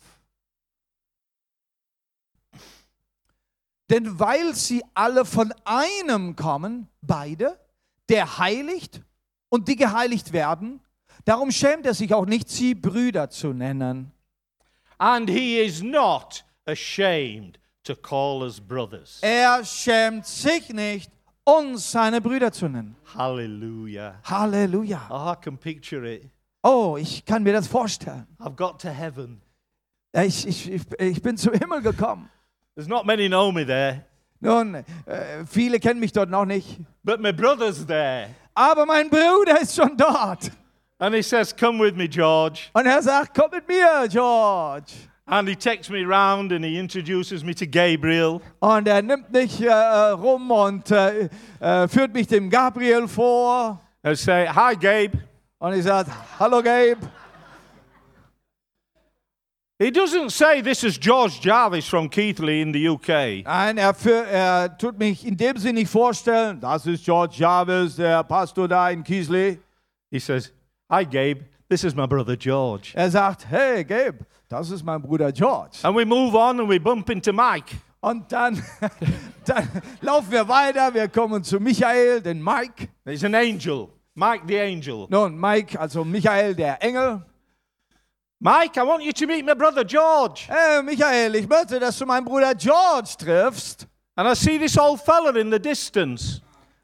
Speaker 2: Denn weil sie alle von einem kommen, beide, der heiligt und die geheiligt werden, darum schämt er sich auch nicht, sie Brüder zu nennen.
Speaker 1: And he is not ashamed to call us brothers.
Speaker 2: Er schämt sich nicht, uns seine Brüder zu nennen.
Speaker 1: Hallelujah.
Speaker 2: Halleluja.
Speaker 1: Oh, I can picture it.
Speaker 2: Oh, ich kann mir das vorstellen.
Speaker 1: I've got to heaven.
Speaker 2: Ich, ich, ich, ich bin zum Himmel gekommen.
Speaker 1: There's not many know me there.
Speaker 2: Nun, äh, viele kennen mich dort noch nicht.
Speaker 1: But my brother's there.
Speaker 2: Aber mein Bruder ist schon dort.
Speaker 1: And he says, Come with me, George.
Speaker 2: Und er sagt, komm mit mir, George.
Speaker 1: And he takes me round and he introduces me to Gabriel.
Speaker 2: Und er nimmt mich äh, äh, rum und äh, äh, führt mich dem Gabriel vor.
Speaker 1: I say, Hi, Gabe.
Speaker 2: Und ich sage, hallo Gabe.
Speaker 1: He doesn't say this is George Jarvis from Keithley in the UK.
Speaker 2: Nein, er, für, er tut mich in dem Sinne nicht vorstellen. Das ist George Jarvis, der Pastor da in Kiesley.
Speaker 1: He says, Hi, Gabe. This is my brother George.
Speaker 2: Er sagt, hey Gabe, das ist mein Bruder George.
Speaker 1: And we move on and we bump into Mike.
Speaker 2: Und dann, *laughs* dann laufen wir weiter, wir kommen zu Michael, den Mike.
Speaker 1: He's an angel. Mike the angel.
Speaker 2: Nun, Mike, also Michael, der Engel.
Speaker 1: Mike, I want you to meet my brother George.
Speaker 2: Hey Äh, Michael, ich möchte, dass du meinen Bruder George triffst.
Speaker 1: And I see this old fella in the distance.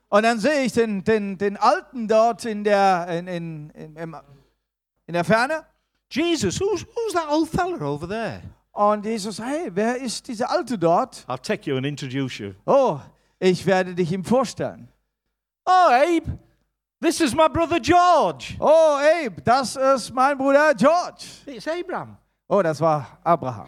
Speaker 2: Und dann sehe ich den, den, den Alten dort in der, in, in, in, im- in der Ferne.
Speaker 1: Jesus, who's, who's that old fella over there?
Speaker 2: Und Jesus, hey, wer ist dieser Alte dort?
Speaker 1: I'll take you and introduce you.
Speaker 2: Oh, ich werde dich ihm vorstellen.
Speaker 1: Oh, Abe, this is my brother George.
Speaker 2: Oh, Abe, das ist mein Bruder George.
Speaker 1: It's Abraham.
Speaker 2: Oh, das war Abraham.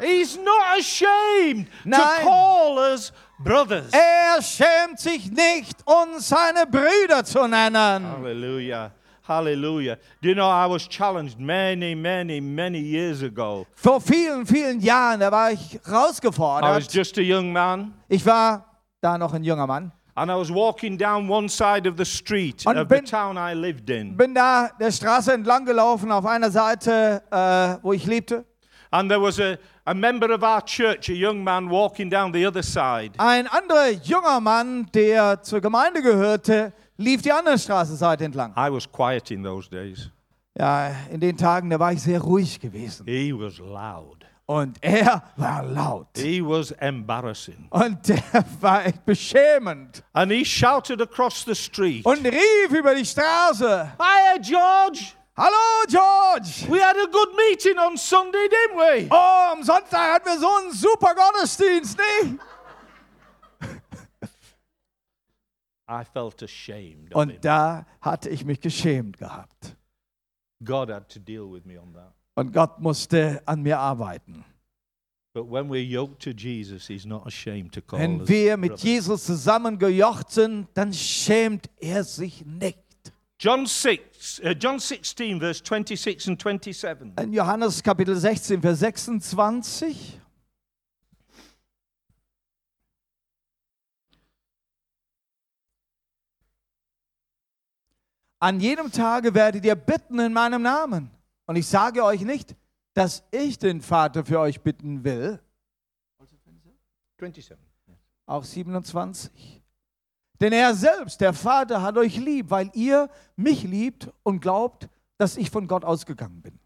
Speaker 1: He's not ashamed
Speaker 2: Nein.
Speaker 1: to call us brothers.
Speaker 2: Er schämt sich nicht, uns seine Brüder zu nennen.
Speaker 1: Hallelujah. Hallelujah. Do you know, I was challenged many, many, many years ago.
Speaker 2: Vor vielen, vielen Jahren, da war ich
Speaker 1: I was
Speaker 2: herausgefordert.
Speaker 1: just a young man,
Speaker 2: Ich war da noch ein junger Mann.
Speaker 1: and I was walking down one side of the street
Speaker 2: Und
Speaker 1: of
Speaker 2: bin-
Speaker 1: the town I lived in.
Speaker 2: Bin da der Straße entlang gelaufen, auf einer Seite, äh, wo ich lebte.
Speaker 1: And there was a, a member of our church, a young man, walking down the other side.
Speaker 2: Ein anderer junger Mann, der zur Gemeinde gehörte, lief die andere Straßenseite entlang.
Speaker 1: I was quiet in those days.
Speaker 2: Ja, in den Tagen, da war ich sehr ruhig gewesen.
Speaker 1: He was loud.
Speaker 2: Und er war laut.
Speaker 1: He was embarrassing.
Speaker 2: Und der *laughs* war echt beschämend.
Speaker 1: And he shouted across the street,
Speaker 2: Und rief über die Straße:
Speaker 1: Hiya, George!
Speaker 2: Hallo, George!
Speaker 1: We had a good meeting on Sunday, didn't we?
Speaker 2: Oh, am Sonntag hatten wir so einen super Gottesdienst, nicht?
Speaker 1: I felt ashamed of him.
Speaker 2: Und da hatte ich mich geschämt gehabt.
Speaker 1: God had to deal with me on that.
Speaker 2: Und Gott musste an mir arbeiten.
Speaker 1: But when we're yoked to Jesus, he's not ashamed to call
Speaker 2: Wenn
Speaker 1: us
Speaker 2: wir mit
Speaker 1: brothers.
Speaker 2: Jesus zusammengejocht sind, dann schämt er sich nicht.
Speaker 1: John 6, uh, John 16, verse 26 and 27.
Speaker 2: In Johannes Kapitel 16, Vers 26. An jenem Tage werdet ihr bitten in meinem Namen. Und ich sage euch nicht, dass ich den Vater für euch bitten will.
Speaker 1: 27.
Speaker 2: Auch 27. Denn er selbst, der Vater, hat euch lieb, weil ihr mich liebt und glaubt, dass ich von Gott ausgegangen bin.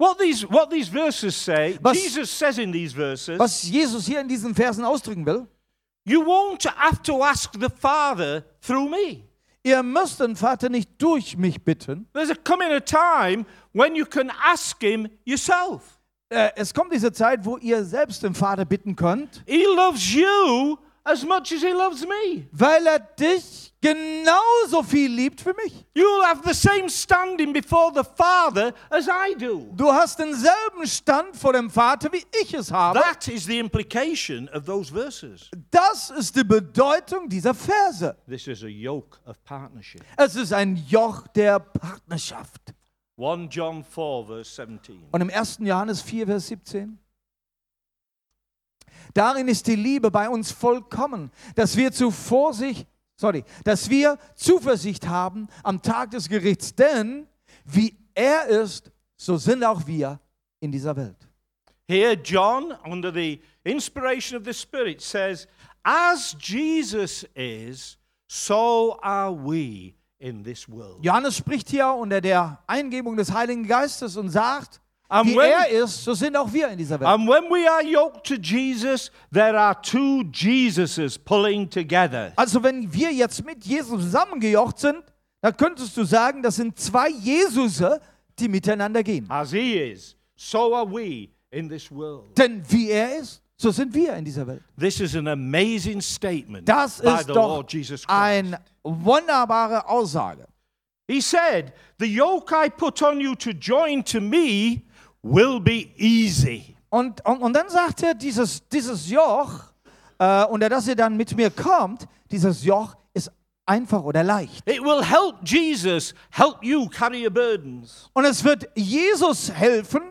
Speaker 1: What these, what these verses say,
Speaker 2: Was-
Speaker 1: Jesus says in these verses,
Speaker 2: Was Jesus hier in diesen Versen ausdrücken will,
Speaker 1: you won't have to ask the Father through me.
Speaker 2: Ihr müsst den Vater nicht durch mich bitten.
Speaker 1: There's a coming a time when you can ask him yourself.
Speaker 2: Äh, Es kommt diese Zeit, wo ihr selbst den Vater bitten könnt,
Speaker 1: He loves you as much as he loves me.
Speaker 2: weil er dich genauso viel liebt wie mich.
Speaker 1: You'll have the same standing before the Father as I do.
Speaker 2: Du hast denselben Stand vor dem Vater, wie ich es habe.
Speaker 1: That is the implication of those verses.
Speaker 2: Das ist die Bedeutung dieser Verse.
Speaker 1: This is a yoke of partnership.
Speaker 2: Es ist ein Joch der Partnerschaft.
Speaker 1: 1 John 4, verse 17.
Speaker 2: Und im 1. Johannes 4, Vers 17. Darin ist die Liebe bei uns vollkommen, dass wir zu Vorsicht, sorry, dass wir Zuversicht haben am Tag des Gerichts, denn wie er ist, so sind auch wir in dieser Welt.
Speaker 1: Here, John, under the inspiration of the Spirit, says, As Jesus is, so are we in this world.
Speaker 2: Johannes spricht hier unter der Eingebung des Heiligen Geistes und sagt,
Speaker 1: Am
Speaker 2: wie
Speaker 1: Ende-
Speaker 2: er ist, so sind auch wir in dieser Welt.
Speaker 1: And when we are yoked to Jesus, there are two Jesuses pulling together.
Speaker 2: Also wenn wir jetzt mit Jesus zusammengejocht sind, dann könntest du sagen, das sind zwei Jesuse, die miteinander gehen.
Speaker 1: As he is, so are we in this world.
Speaker 2: Denn wie er ist, So sind wir in dieser Welt.
Speaker 1: This is an amazing statement
Speaker 2: Das
Speaker 1: by
Speaker 2: ist
Speaker 1: the
Speaker 2: doch
Speaker 1: Lord Jesus Christ.
Speaker 2: eine wunderbare Aussage.
Speaker 1: He said, The yoke I put on you to join to me will be easy.
Speaker 2: Und, und, und dann sagt er, dieses, dieses Joch, äh, unter das ihr dann mit mir kommt, dieses Joch ist einfach oder leicht.
Speaker 1: It will help Jesus help you carry your burdens.
Speaker 2: Und es wird Jesus helfen,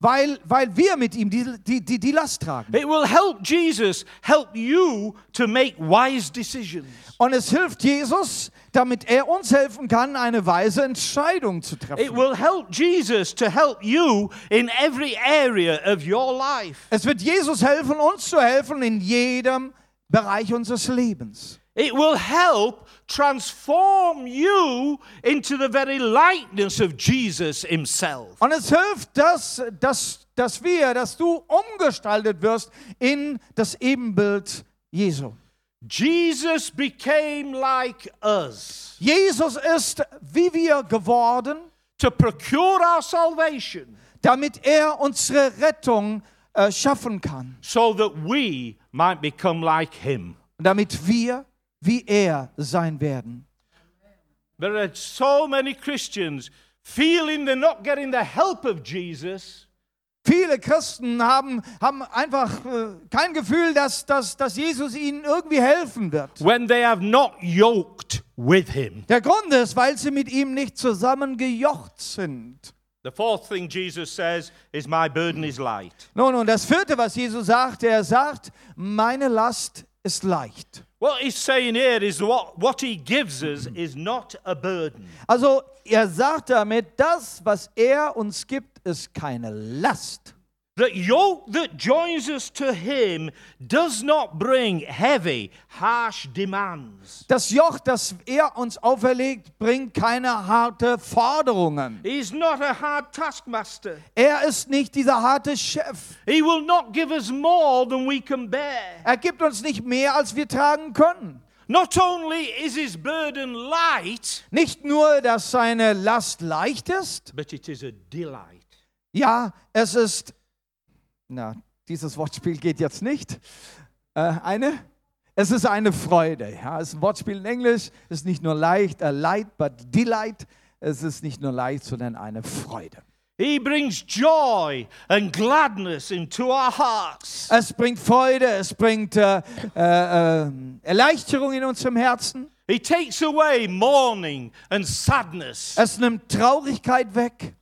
Speaker 2: weil, weil wir mit ihm die, die, die, die Last tragen.
Speaker 1: It will help Jesus help you to make wise decisions.
Speaker 2: Und es hilft Jesus, damit er uns helfen kann, eine weise Entscheidung zu
Speaker 1: It
Speaker 2: treffen.
Speaker 1: will help Jesus to help you in every area of your life.
Speaker 2: Es wird Jesus helfen, uns zu helfen in jedem Bereich unseres Lebens.
Speaker 1: It will help transform you into the very likeness of Jesus himself.
Speaker 2: Und es hilft, dass, dass, dass wir, dass du umgestaltet wirst in das Ebenbild Jesu.
Speaker 1: Jesus became like us
Speaker 2: Jesus ist wie wir geworden,
Speaker 1: to procure our salvation
Speaker 2: damit er unsere Rettung äh, schaffen kann.
Speaker 1: so that we might become like him.
Speaker 2: Und damit wir wie er sein werden.
Speaker 1: There are so many Christians feeling they're not getting the help of Jesus.
Speaker 2: Viele Christen haben, haben einfach äh, kein Gefühl, dass, dass, dass Jesus ihnen irgendwie helfen wird.
Speaker 1: when they have not yoked with him.
Speaker 2: Der Grund ist, weil sie mit ihm nicht zusammengejocht sind.
Speaker 1: The fourth thing Jesus says is, My burden is light.
Speaker 2: Nun, und das vierte, was Jesus sagt, er sagt, meine Last ist leicht.
Speaker 1: What he's saying here is what, what he gives us is not a burden.
Speaker 2: Also er sagt damit, das, was er uns gibt, ist keine Last.
Speaker 1: The yoke that joins us to him does not bring heavy, harsh demands.
Speaker 2: Das Joch, das er uns auferlegt, bringt keine harte Forderungen.
Speaker 1: He's not a hard taskmaster.
Speaker 2: Er ist nicht dieser harte Chef.
Speaker 1: He will not give us more than we can bear.
Speaker 2: Er gibt uns nicht mehr, als wir tragen können.
Speaker 1: Not only is his burden light,
Speaker 2: Nicht nur, dass seine Last leicht ist,
Speaker 1: but it is a delight.
Speaker 2: ja, es ist, na, dieses Wortspiel geht jetzt nicht. Äh, eine, es ist eine Freude. Ja, es ist ein Wortspiel in Englisch, es ist nicht nur leicht, äh, light, but delight. Es ist nicht nur leicht, sondern eine Freude.
Speaker 1: He brings joy and gladness into our hearts.
Speaker 2: Es bringt Freude, es bringt äh, äh, äh, Erleichterung in unserem Herzen.
Speaker 1: He takes away mourning and sadness.
Speaker 2: Es nimmt Traurigkeit weg.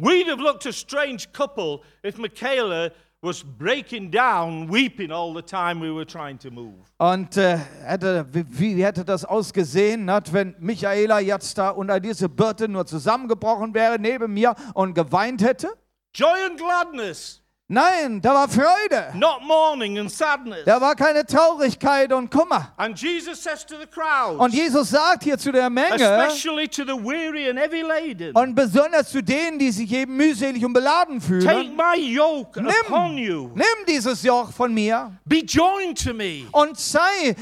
Speaker 1: We'd have looked a strange couple if Michaela was breaking down, weeping all the time we were trying to move.
Speaker 2: Und äh, hätte, wie, wie hätte das ausgesehen, nicht, wenn Michaela jetzt da unter diese Birte nur zusammengebrochen wäre, neben mir und geweint hätte?
Speaker 1: Joy and gladness,
Speaker 2: Nein, da war Freude.
Speaker 1: not mourning and sadness.
Speaker 2: Da war keine Traurigkeit und Kummer.
Speaker 1: And Jesus says to the crowd,
Speaker 2: Und Jesus sagt hier zu der Menge,
Speaker 1: especially to the weary and heavy laden,
Speaker 2: und besonders zu denen, die sich eben mühselig und beladen
Speaker 1: take
Speaker 2: fühlen,
Speaker 1: my yoke upon you.
Speaker 2: nimm dieses Joch von mir
Speaker 1: Be joined to me.
Speaker 2: und sei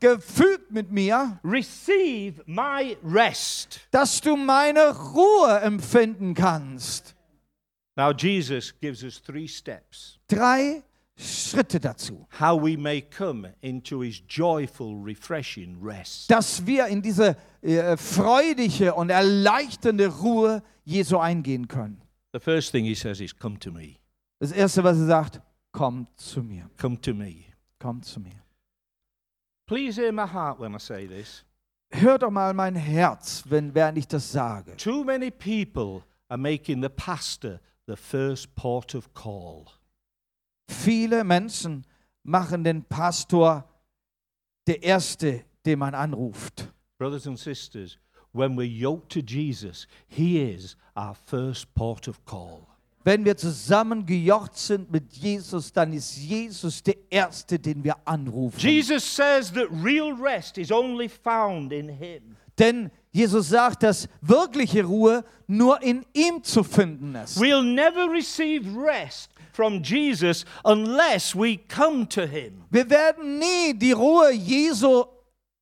Speaker 2: zusammengefügt mit mir,
Speaker 1: Receive my rest.
Speaker 2: dass du meine Ruhe empfinden kannst.
Speaker 1: Now, Jesus gives us three steps
Speaker 2: Drei Schritte dazu.
Speaker 1: how we may come into his joyful, refreshing rest.
Speaker 2: dass wir in diese äh, freudige und erleichternde Ruhe Jesu eingehen können.
Speaker 1: The first thing he says is, Come to me,
Speaker 2: Das Erste, was er sagt, kommt zu mir,
Speaker 1: come to me.
Speaker 2: kommt zu mir.
Speaker 1: Please hear my heart when I say this.
Speaker 2: Hör doch mal mein Herz, wenn, während ich das sage.
Speaker 1: Too many people are making the pastor the first port of call.
Speaker 2: Viele Menschen machen den Pastor der Erste, den man anruft.
Speaker 1: Brothers and sisters, when we're yoked to Jesus, he is our first port of call.
Speaker 2: Wenn wir zusammen gejocht sind mit Jesus, dann ist Jesus der Erste, den wir anrufen.
Speaker 1: Jesus says that real rest is only found in him.
Speaker 2: Denn Jesus sagt, dass wirkliche Ruhe nur in ihm zu finden ist.
Speaker 1: We'll never receive rest from Jesus unless we come to him.
Speaker 2: Wir werden nie die Ruhe Jesu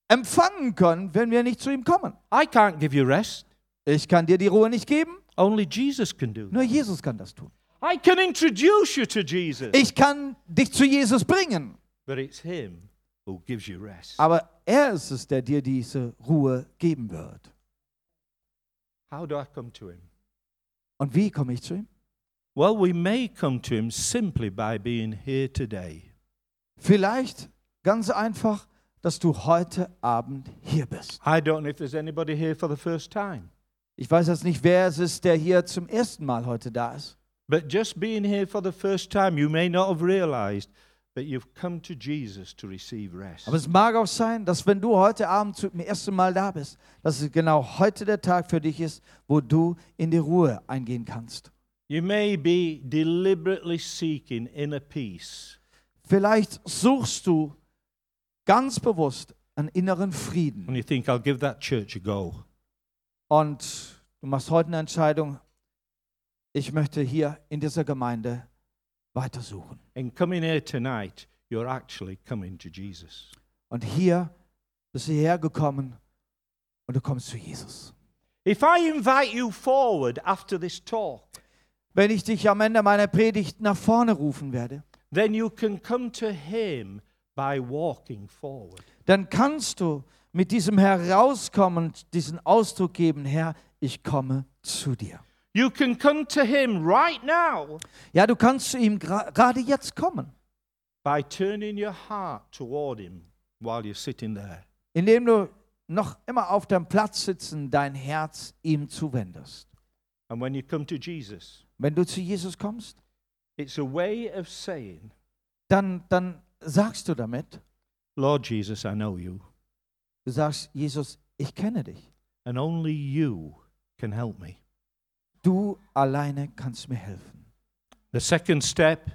Speaker 2: empfangen können, wenn wir nicht zu ihm kommen.
Speaker 1: I can't give you rest.
Speaker 2: Ich kann dir die Ruhe nicht geben,
Speaker 1: Only Jesus can do.
Speaker 2: nur Jesus kann das tun.
Speaker 1: I can introduce you to Jesus,
Speaker 2: Ich kann dich zu Jesus bringen.
Speaker 1: but it's Him who gives you rest.
Speaker 2: Aber er ist es, der dir diese Ruhe geben wird.
Speaker 1: How do I come to Him?
Speaker 2: Und wie komme ich zu ihm?
Speaker 1: Well, we may come to Him simply by being here today.
Speaker 2: Vielleicht ganz einfach, dass du heute Abend hier bist.
Speaker 1: I don't know if there's anybody here for the first time,
Speaker 2: Ich weiß jetzt nicht, wer es ist, der hier zum ersten Mal heute da ist.
Speaker 1: but just being here for the first time, you may not have realized that you've come to Jesus to receive rest.
Speaker 2: Aber es mag auch sein, dass wenn du heute Abend zum ersten Mal da bist, dass es genau heute der Tag für dich ist, wo du in die Ruhe eingehen kannst.
Speaker 1: You may be deliberately seeking inner peace.
Speaker 2: Vielleicht suchst du ganz bewusst einen inneren Frieden
Speaker 1: And you think, I'll give that church a go.
Speaker 2: und du machst heute eine Entscheidung, ich möchte hier in dieser Gemeinde weitersuchen.
Speaker 1: And coming here tonight, you're actually coming to Jesus.
Speaker 2: Und hier bist du hierher gekommen und du kommst zu Jesus.
Speaker 1: If I invite you forward after this talk,
Speaker 2: Wenn ich dich am Ende meiner Predigt nach vorne rufen werde,
Speaker 1: then you can come to Him by walking forward.
Speaker 2: dann kannst du mit diesem Herauskommen diesen Ausdruck geben, Herr, ich komme zu dir.
Speaker 1: You can come to Him right now
Speaker 2: Ja, du kannst zu ihm gra- gerade jetzt kommen,
Speaker 1: by turning your heart toward Him while you're sitting there.
Speaker 2: indem du noch immer auf deinem Platz sitzen, dein Herz ihm zuwendest.
Speaker 1: And when you come to Jesus,
Speaker 2: Wenn du zu Jesus kommst,
Speaker 1: it's a way of saying,
Speaker 2: dann, dann sagst du damit,
Speaker 1: Lord Jesus, I know you,
Speaker 2: du sagst, Jesus, ich kenne dich.
Speaker 1: and only you can help me.
Speaker 2: Du alleine kannst mir helfen.
Speaker 1: The second step,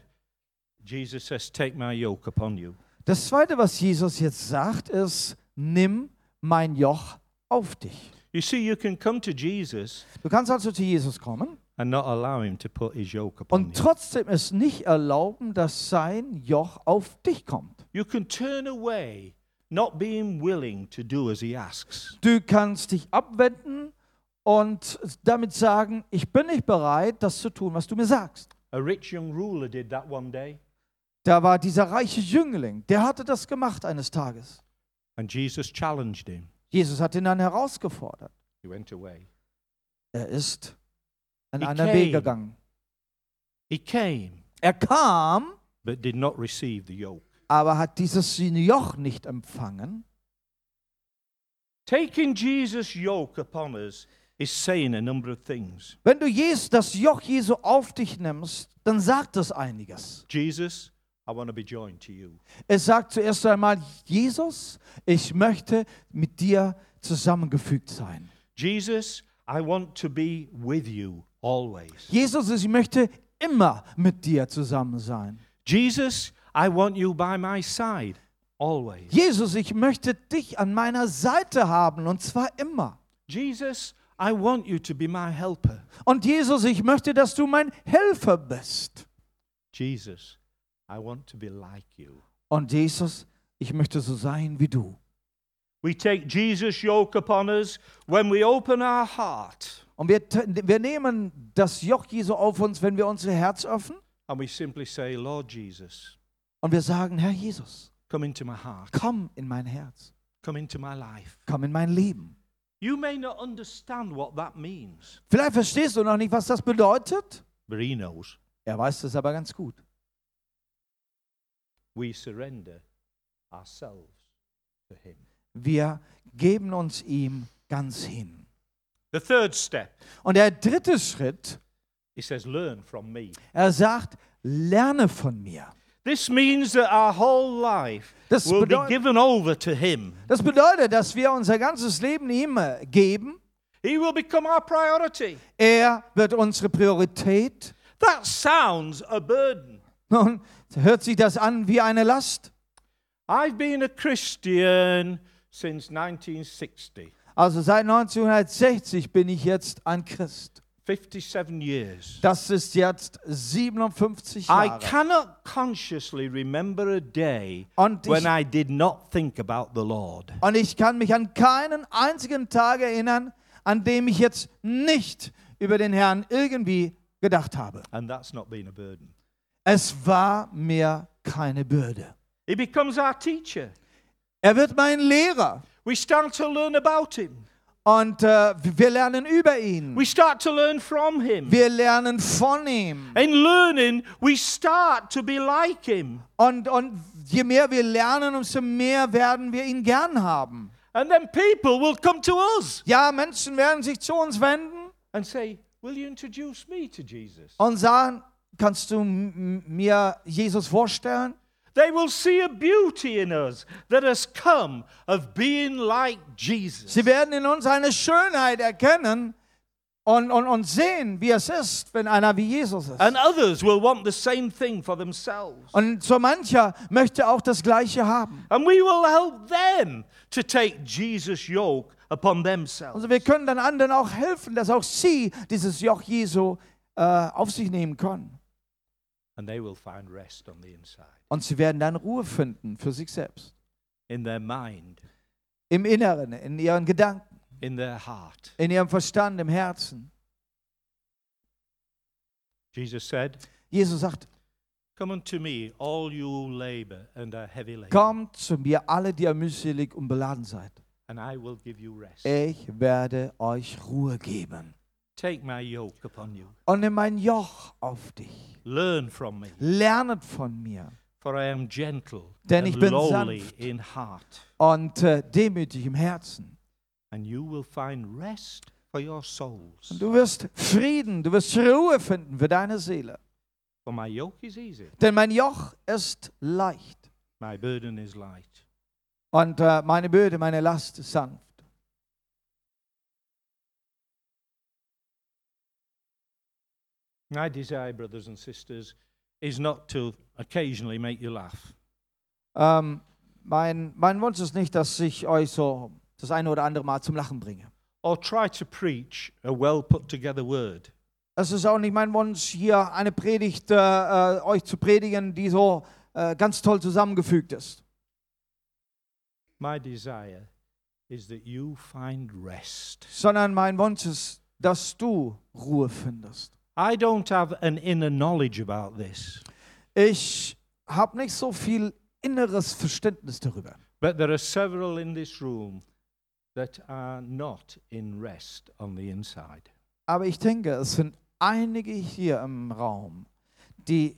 Speaker 1: Jesus says, Take my yoke upon you.
Speaker 2: Das Zweite, was Jesus jetzt sagt, ist, nimm mein Joch auf dich.
Speaker 1: You see, you can come to Jesus
Speaker 2: Du kannst also zu Jesus kommen
Speaker 1: and not allow him to put his yoke upon
Speaker 2: und
Speaker 1: you.
Speaker 2: trotzdem es nicht erlauben, dass sein Joch auf dich kommt.
Speaker 1: You can turn away, not being willing to do as he asks.
Speaker 2: Du kannst dich abwenden und damit sagen, ich bin nicht bereit, das zu tun, was du mir sagst.
Speaker 1: A rich young ruler did that one day,
Speaker 2: Da war dieser reiche Jüngling, der hatte das gemacht eines Tages.
Speaker 1: and Jesus challenged him.
Speaker 2: Jesus hat ihn dann herausgefordert.
Speaker 1: He went away.
Speaker 2: Er ist einen
Speaker 1: He
Speaker 2: anderen
Speaker 1: came.
Speaker 2: Weg gegangen.
Speaker 1: He came,
Speaker 2: Er kam,
Speaker 1: but did not receive the yoke.
Speaker 2: aber hat dieses Joch nicht empfangen.
Speaker 1: Taking Jesus' yoke upon us is saying a number of things.
Speaker 2: Wenn du Jesus, das Joch Jesu auf dich nimmst, dann sagt es einiges.
Speaker 1: Jesus, I want to be joined to you.
Speaker 2: Es sagt zuerst einmal, Jesus, ich möchte mit dir zusammengefügt sein.
Speaker 1: Jesus, I want to be with you always.
Speaker 2: Jesus, ich möchte immer mit dir zusammen sein.
Speaker 1: Jesus, I want you by my side always.
Speaker 2: Jesus, ich möchte dich an meiner Seite haben und zwar immer.
Speaker 1: Jesus, I want you to be my helper.
Speaker 2: Und Jesus, ich möchte, dass du mein Helfer bist.
Speaker 1: Jesus, I want to be like you.
Speaker 2: Und Jesus, ich möchte so sein wie du.
Speaker 1: We take Jesus' yoke upon us when we open our heart
Speaker 2: Und wir, t- wir nehmen das Joch Jesu auf uns, wenn wir unser Herz öffnen
Speaker 1: and we simply say, Lord Jesus,
Speaker 2: und wir sagen, Herr Jesus,
Speaker 1: come into my heart,
Speaker 2: komm in mein Herz,
Speaker 1: come into my life.
Speaker 2: komm in mein Leben.
Speaker 1: You may not understand what that means,
Speaker 2: Vielleicht verstehst du noch nicht, was das bedeutet.
Speaker 1: but He knows.
Speaker 2: Er weiß es aber ganz gut.
Speaker 1: We surrender ourselves to Him.
Speaker 2: Wir geben uns ihm ganz hin.
Speaker 1: The third step,
Speaker 2: Und der dritte Schritt,
Speaker 1: He says, learn from me.
Speaker 2: er sagt, lerne von mir.
Speaker 1: This means that our whole life
Speaker 2: Das
Speaker 1: will be
Speaker 2: bedeutet-
Speaker 1: given over to Him.
Speaker 2: Das bedeutet, dass wir unser ganzes Leben ihm äh, geben.
Speaker 1: He will become our priority.
Speaker 2: Er wird unsere Priorität.
Speaker 1: That sounds a burden.
Speaker 2: Nun hört sich das an wie eine Last.
Speaker 1: I've been a Christian since 1960,
Speaker 2: Also seit 1960 bin ich jetzt ein Christ.
Speaker 1: 57 years.
Speaker 2: Das ist jetzt 57
Speaker 1: I
Speaker 2: Jahre.
Speaker 1: cannot consciously remember a day
Speaker 2: Und ich-
Speaker 1: when I did not think about the Lord.
Speaker 2: Und ich kann mich an keinen einzigen Tag erinnern, an dem ich jetzt nicht über den Herrn irgendwie gedacht habe.
Speaker 1: And that's not being a burden.
Speaker 2: Es war mir keine Bürde.
Speaker 1: He becomes our teacher.
Speaker 2: Er wird mein Lehrer
Speaker 1: We start to learn about him.
Speaker 2: und äh, wir lernen über ihn.
Speaker 1: We start to learn from him.
Speaker 2: Wir lernen von ihm.
Speaker 1: In learning, we start to be like him.
Speaker 2: Und, und je mehr wir lernen, umso mehr werden wir ihn gern haben.
Speaker 1: And then people will come to us
Speaker 2: Ja, Menschen werden sich zu uns wenden
Speaker 1: and say, Will you introduce me to Jesus?
Speaker 2: und sagen, kannst du m- m- mir Jesus vorstellen?
Speaker 1: They will see a beauty in us that has come of being like Jesus.
Speaker 2: Sie werden in uns eine Schönheit erkennen und, und, und sehen, wie es ist, wenn einer wie Jesus ist.
Speaker 1: And others will want the same thing for themselves.
Speaker 2: Und so mancher möchte auch das Gleiche haben.
Speaker 1: And we will help them to take Jesus' yoke upon themselves.
Speaker 2: Also wir können dann anderen auch helfen, dass auch sie dieses Joch Jesu äh, auf sich nehmen können.
Speaker 1: And they will find rest on the inside,
Speaker 2: Und sie werden dann Ruhe finden für sich selbst.
Speaker 1: in their mind,
Speaker 2: Im Inneren, in ihren Gedanken,
Speaker 1: in their heart.
Speaker 2: in ihrem Verstand, im Herzen.
Speaker 1: Jesus said,
Speaker 2: Jesus sagt,
Speaker 1: Come unto me, all you who labor and are heavy laden,
Speaker 2: kommt zu mir alle, die ihr mühselig und beladen seid.
Speaker 1: and I will give you rest.
Speaker 2: Ich werde euch Ruhe geben.
Speaker 1: Take my yoke upon you.
Speaker 2: Und nimm mein Joch auf dich.
Speaker 1: Learn from me,
Speaker 2: lernet von mir
Speaker 1: for I am gentle
Speaker 2: Denn
Speaker 1: and
Speaker 2: ich bin
Speaker 1: lowly
Speaker 2: sanft.
Speaker 1: in heart,
Speaker 2: und äh, demütig im Herzen.
Speaker 1: and you will find rest for your souls.
Speaker 2: Und du wirst Frieden, du wirst Ruhe finden für deine Seele.
Speaker 1: For my yoke is easy,
Speaker 2: Denn mein Joch ist leicht
Speaker 1: my burden is light.
Speaker 2: und äh, meine Bürde, meine Last ist sanft.
Speaker 1: My desire, brothers and sisters, is not to occasionally make you laugh.
Speaker 2: Ähm, mein, mein Wunsch ist nicht, dass ich euch so das eine oder andere Mal zum Lachen bringe.
Speaker 1: or try to preach a well put together word.
Speaker 2: Es ist auch nicht mein Wunsch, hier eine Predigt äh, äh, euch zu predigen, die so äh, ganz toll zusammengefügt ist.
Speaker 1: My desire is that you find rest.
Speaker 2: Sondern mein Wunsch ist, dass du Ruhe findest.
Speaker 1: I don't have an inner knowledge about this,
Speaker 2: Ich habe nicht so viel inneres Verständnis darüber.
Speaker 1: but there are several in this room that are not in rest on the inside.
Speaker 2: Aber ich denke, es sind einige hier im Raum, die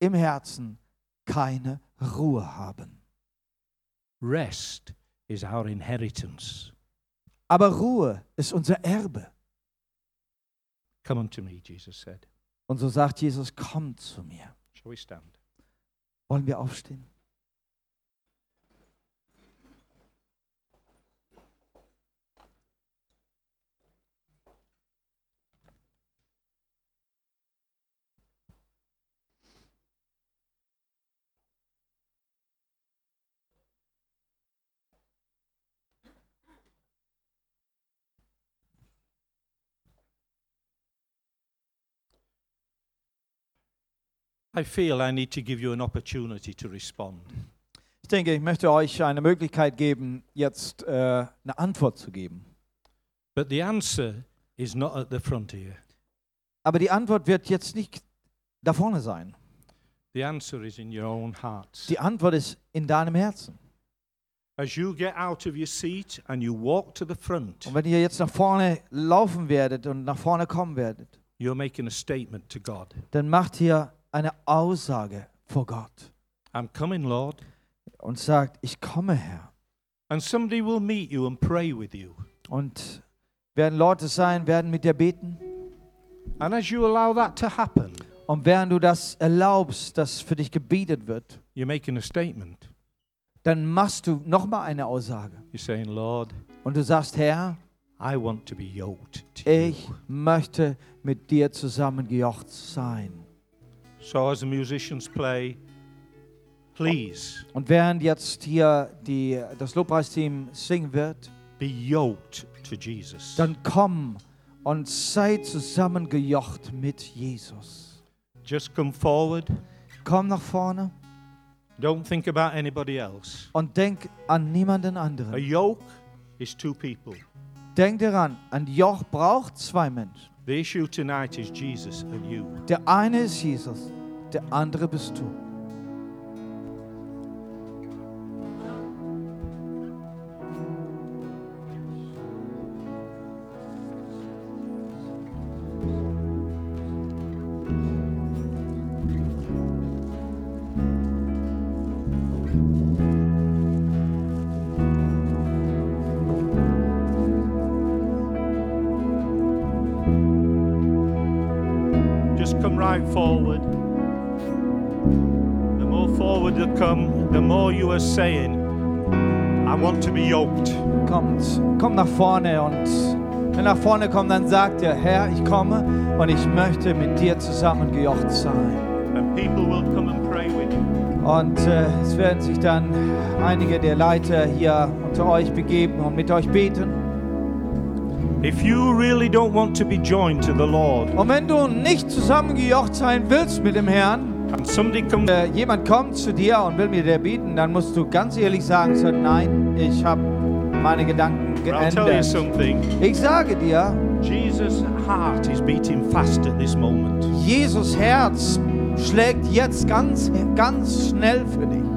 Speaker 2: im Herzen keine Ruhe haben.
Speaker 1: Rest is our inheritance.
Speaker 2: Aber Ruhe ist unser Erbe.
Speaker 1: Come unto me, Jesus said.
Speaker 2: Und so sagt Jesus, kommt zu mir.
Speaker 1: Shall we stand?
Speaker 2: Wollen wir aufstehen?
Speaker 1: I feel I need to give you an opportunity to respond.
Speaker 2: Ich denke, ich möchte euch eine Möglichkeit geben, jetzt äh, eine Antwort zu geben.
Speaker 1: But the answer is not at the front here,
Speaker 2: Aber die Antwort wird jetzt nicht da vorne sein.
Speaker 1: the answer is in your own hearts.
Speaker 2: Die Antwort ist in deinem Herzen.
Speaker 1: As you get out of your seat and you walk to the front,
Speaker 2: Und wenn ihr jetzt nach vorne laufen werdet und nach vorne kommen werdet,
Speaker 1: you're making a statement to God.
Speaker 2: dann macht ihr eine Aussage vor Gott
Speaker 1: I'm coming, Lord.
Speaker 2: und sagt, ich komme Herr.
Speaker 1: And somebody will meet you and pray with you.
Speaker 2: Und werden Leute sein, werden mit dir beten.
Speaker 1: And as you allow that to happen,
Speaker 2: Und während du das erlaubst, dass für dich gebetet wird,
Speaker 1: you're making a statement.
Speaker 2: dann machst du nochmal eine Aussage.
Speaker 1: You're saying, Lord,
Speaker 2: Und du sagst, Herr,
Speaker 1: I want to be yoked to
Speaker 2: ich
Speaker 1: you.
Speaker 2: möchte mit dir zusammen gejocht sein.
Speaker 1: So as the musicians play, please
Speaker 2: Und während jetzt hier die, das Lobpreisteam singen wird,
Speaker 1: be yoked to Jesus.
Speaker 2: dann komm und sei zusammengejocht mit Jesus.
Speaker 1: Just come forward.
Speaker 2: Komm nach vorne
Speaker 1: Don't think about anybody else.
Speaker 2: und denk an niemanden
Speaker 1: A
Speaker 2: anderen.
Speaker 1: yoke is two people.
Speaker 2: Denk daran, ein Joch braucht zwei Menschen.
Speaker 1: The issue tonight is Jesus and you.
Speaker 2: Der eine ist Jesus, der andere bist du.
Speaker 1: Just come right forward. The more forward you come, the more you are saying, I want to be yoked.
Speaker 2: Kommt, kommt nach vorne und wenn nach vorne kommt, dann sagt ihr, Herr, ich komme und ich möchte mit dir zusammengejocht sein.
Speaker 1: And people will come and pray with you.
Speaker 2: Und äh, es werden sich dann einige der Leiter hier unter euch begeben und mit euch beten.
Speaker 1: If you really don't want to be joined to the Lord,
Speaker 2: Und wenn du nicht zusammengejocht sein willst mit dem Herrn,
Speaker 1: and somebody comes,
Speaker 2: äh, jemand kommt zu dir und will mir dir bieten, dann musst du ganz ehrlich sagen, so, nein, ich habe meine Gedanken
Speaker 1: I'll tell you
Speaker 2: geändert.
Speaker 1: something.
Speaker 2: Ich sage dir,
Speaker 1: Jesus' heart is beating fast at this moment.
Speaker 2: Jesus Herz schlägt jetzt ganz, ganz schnell für dich.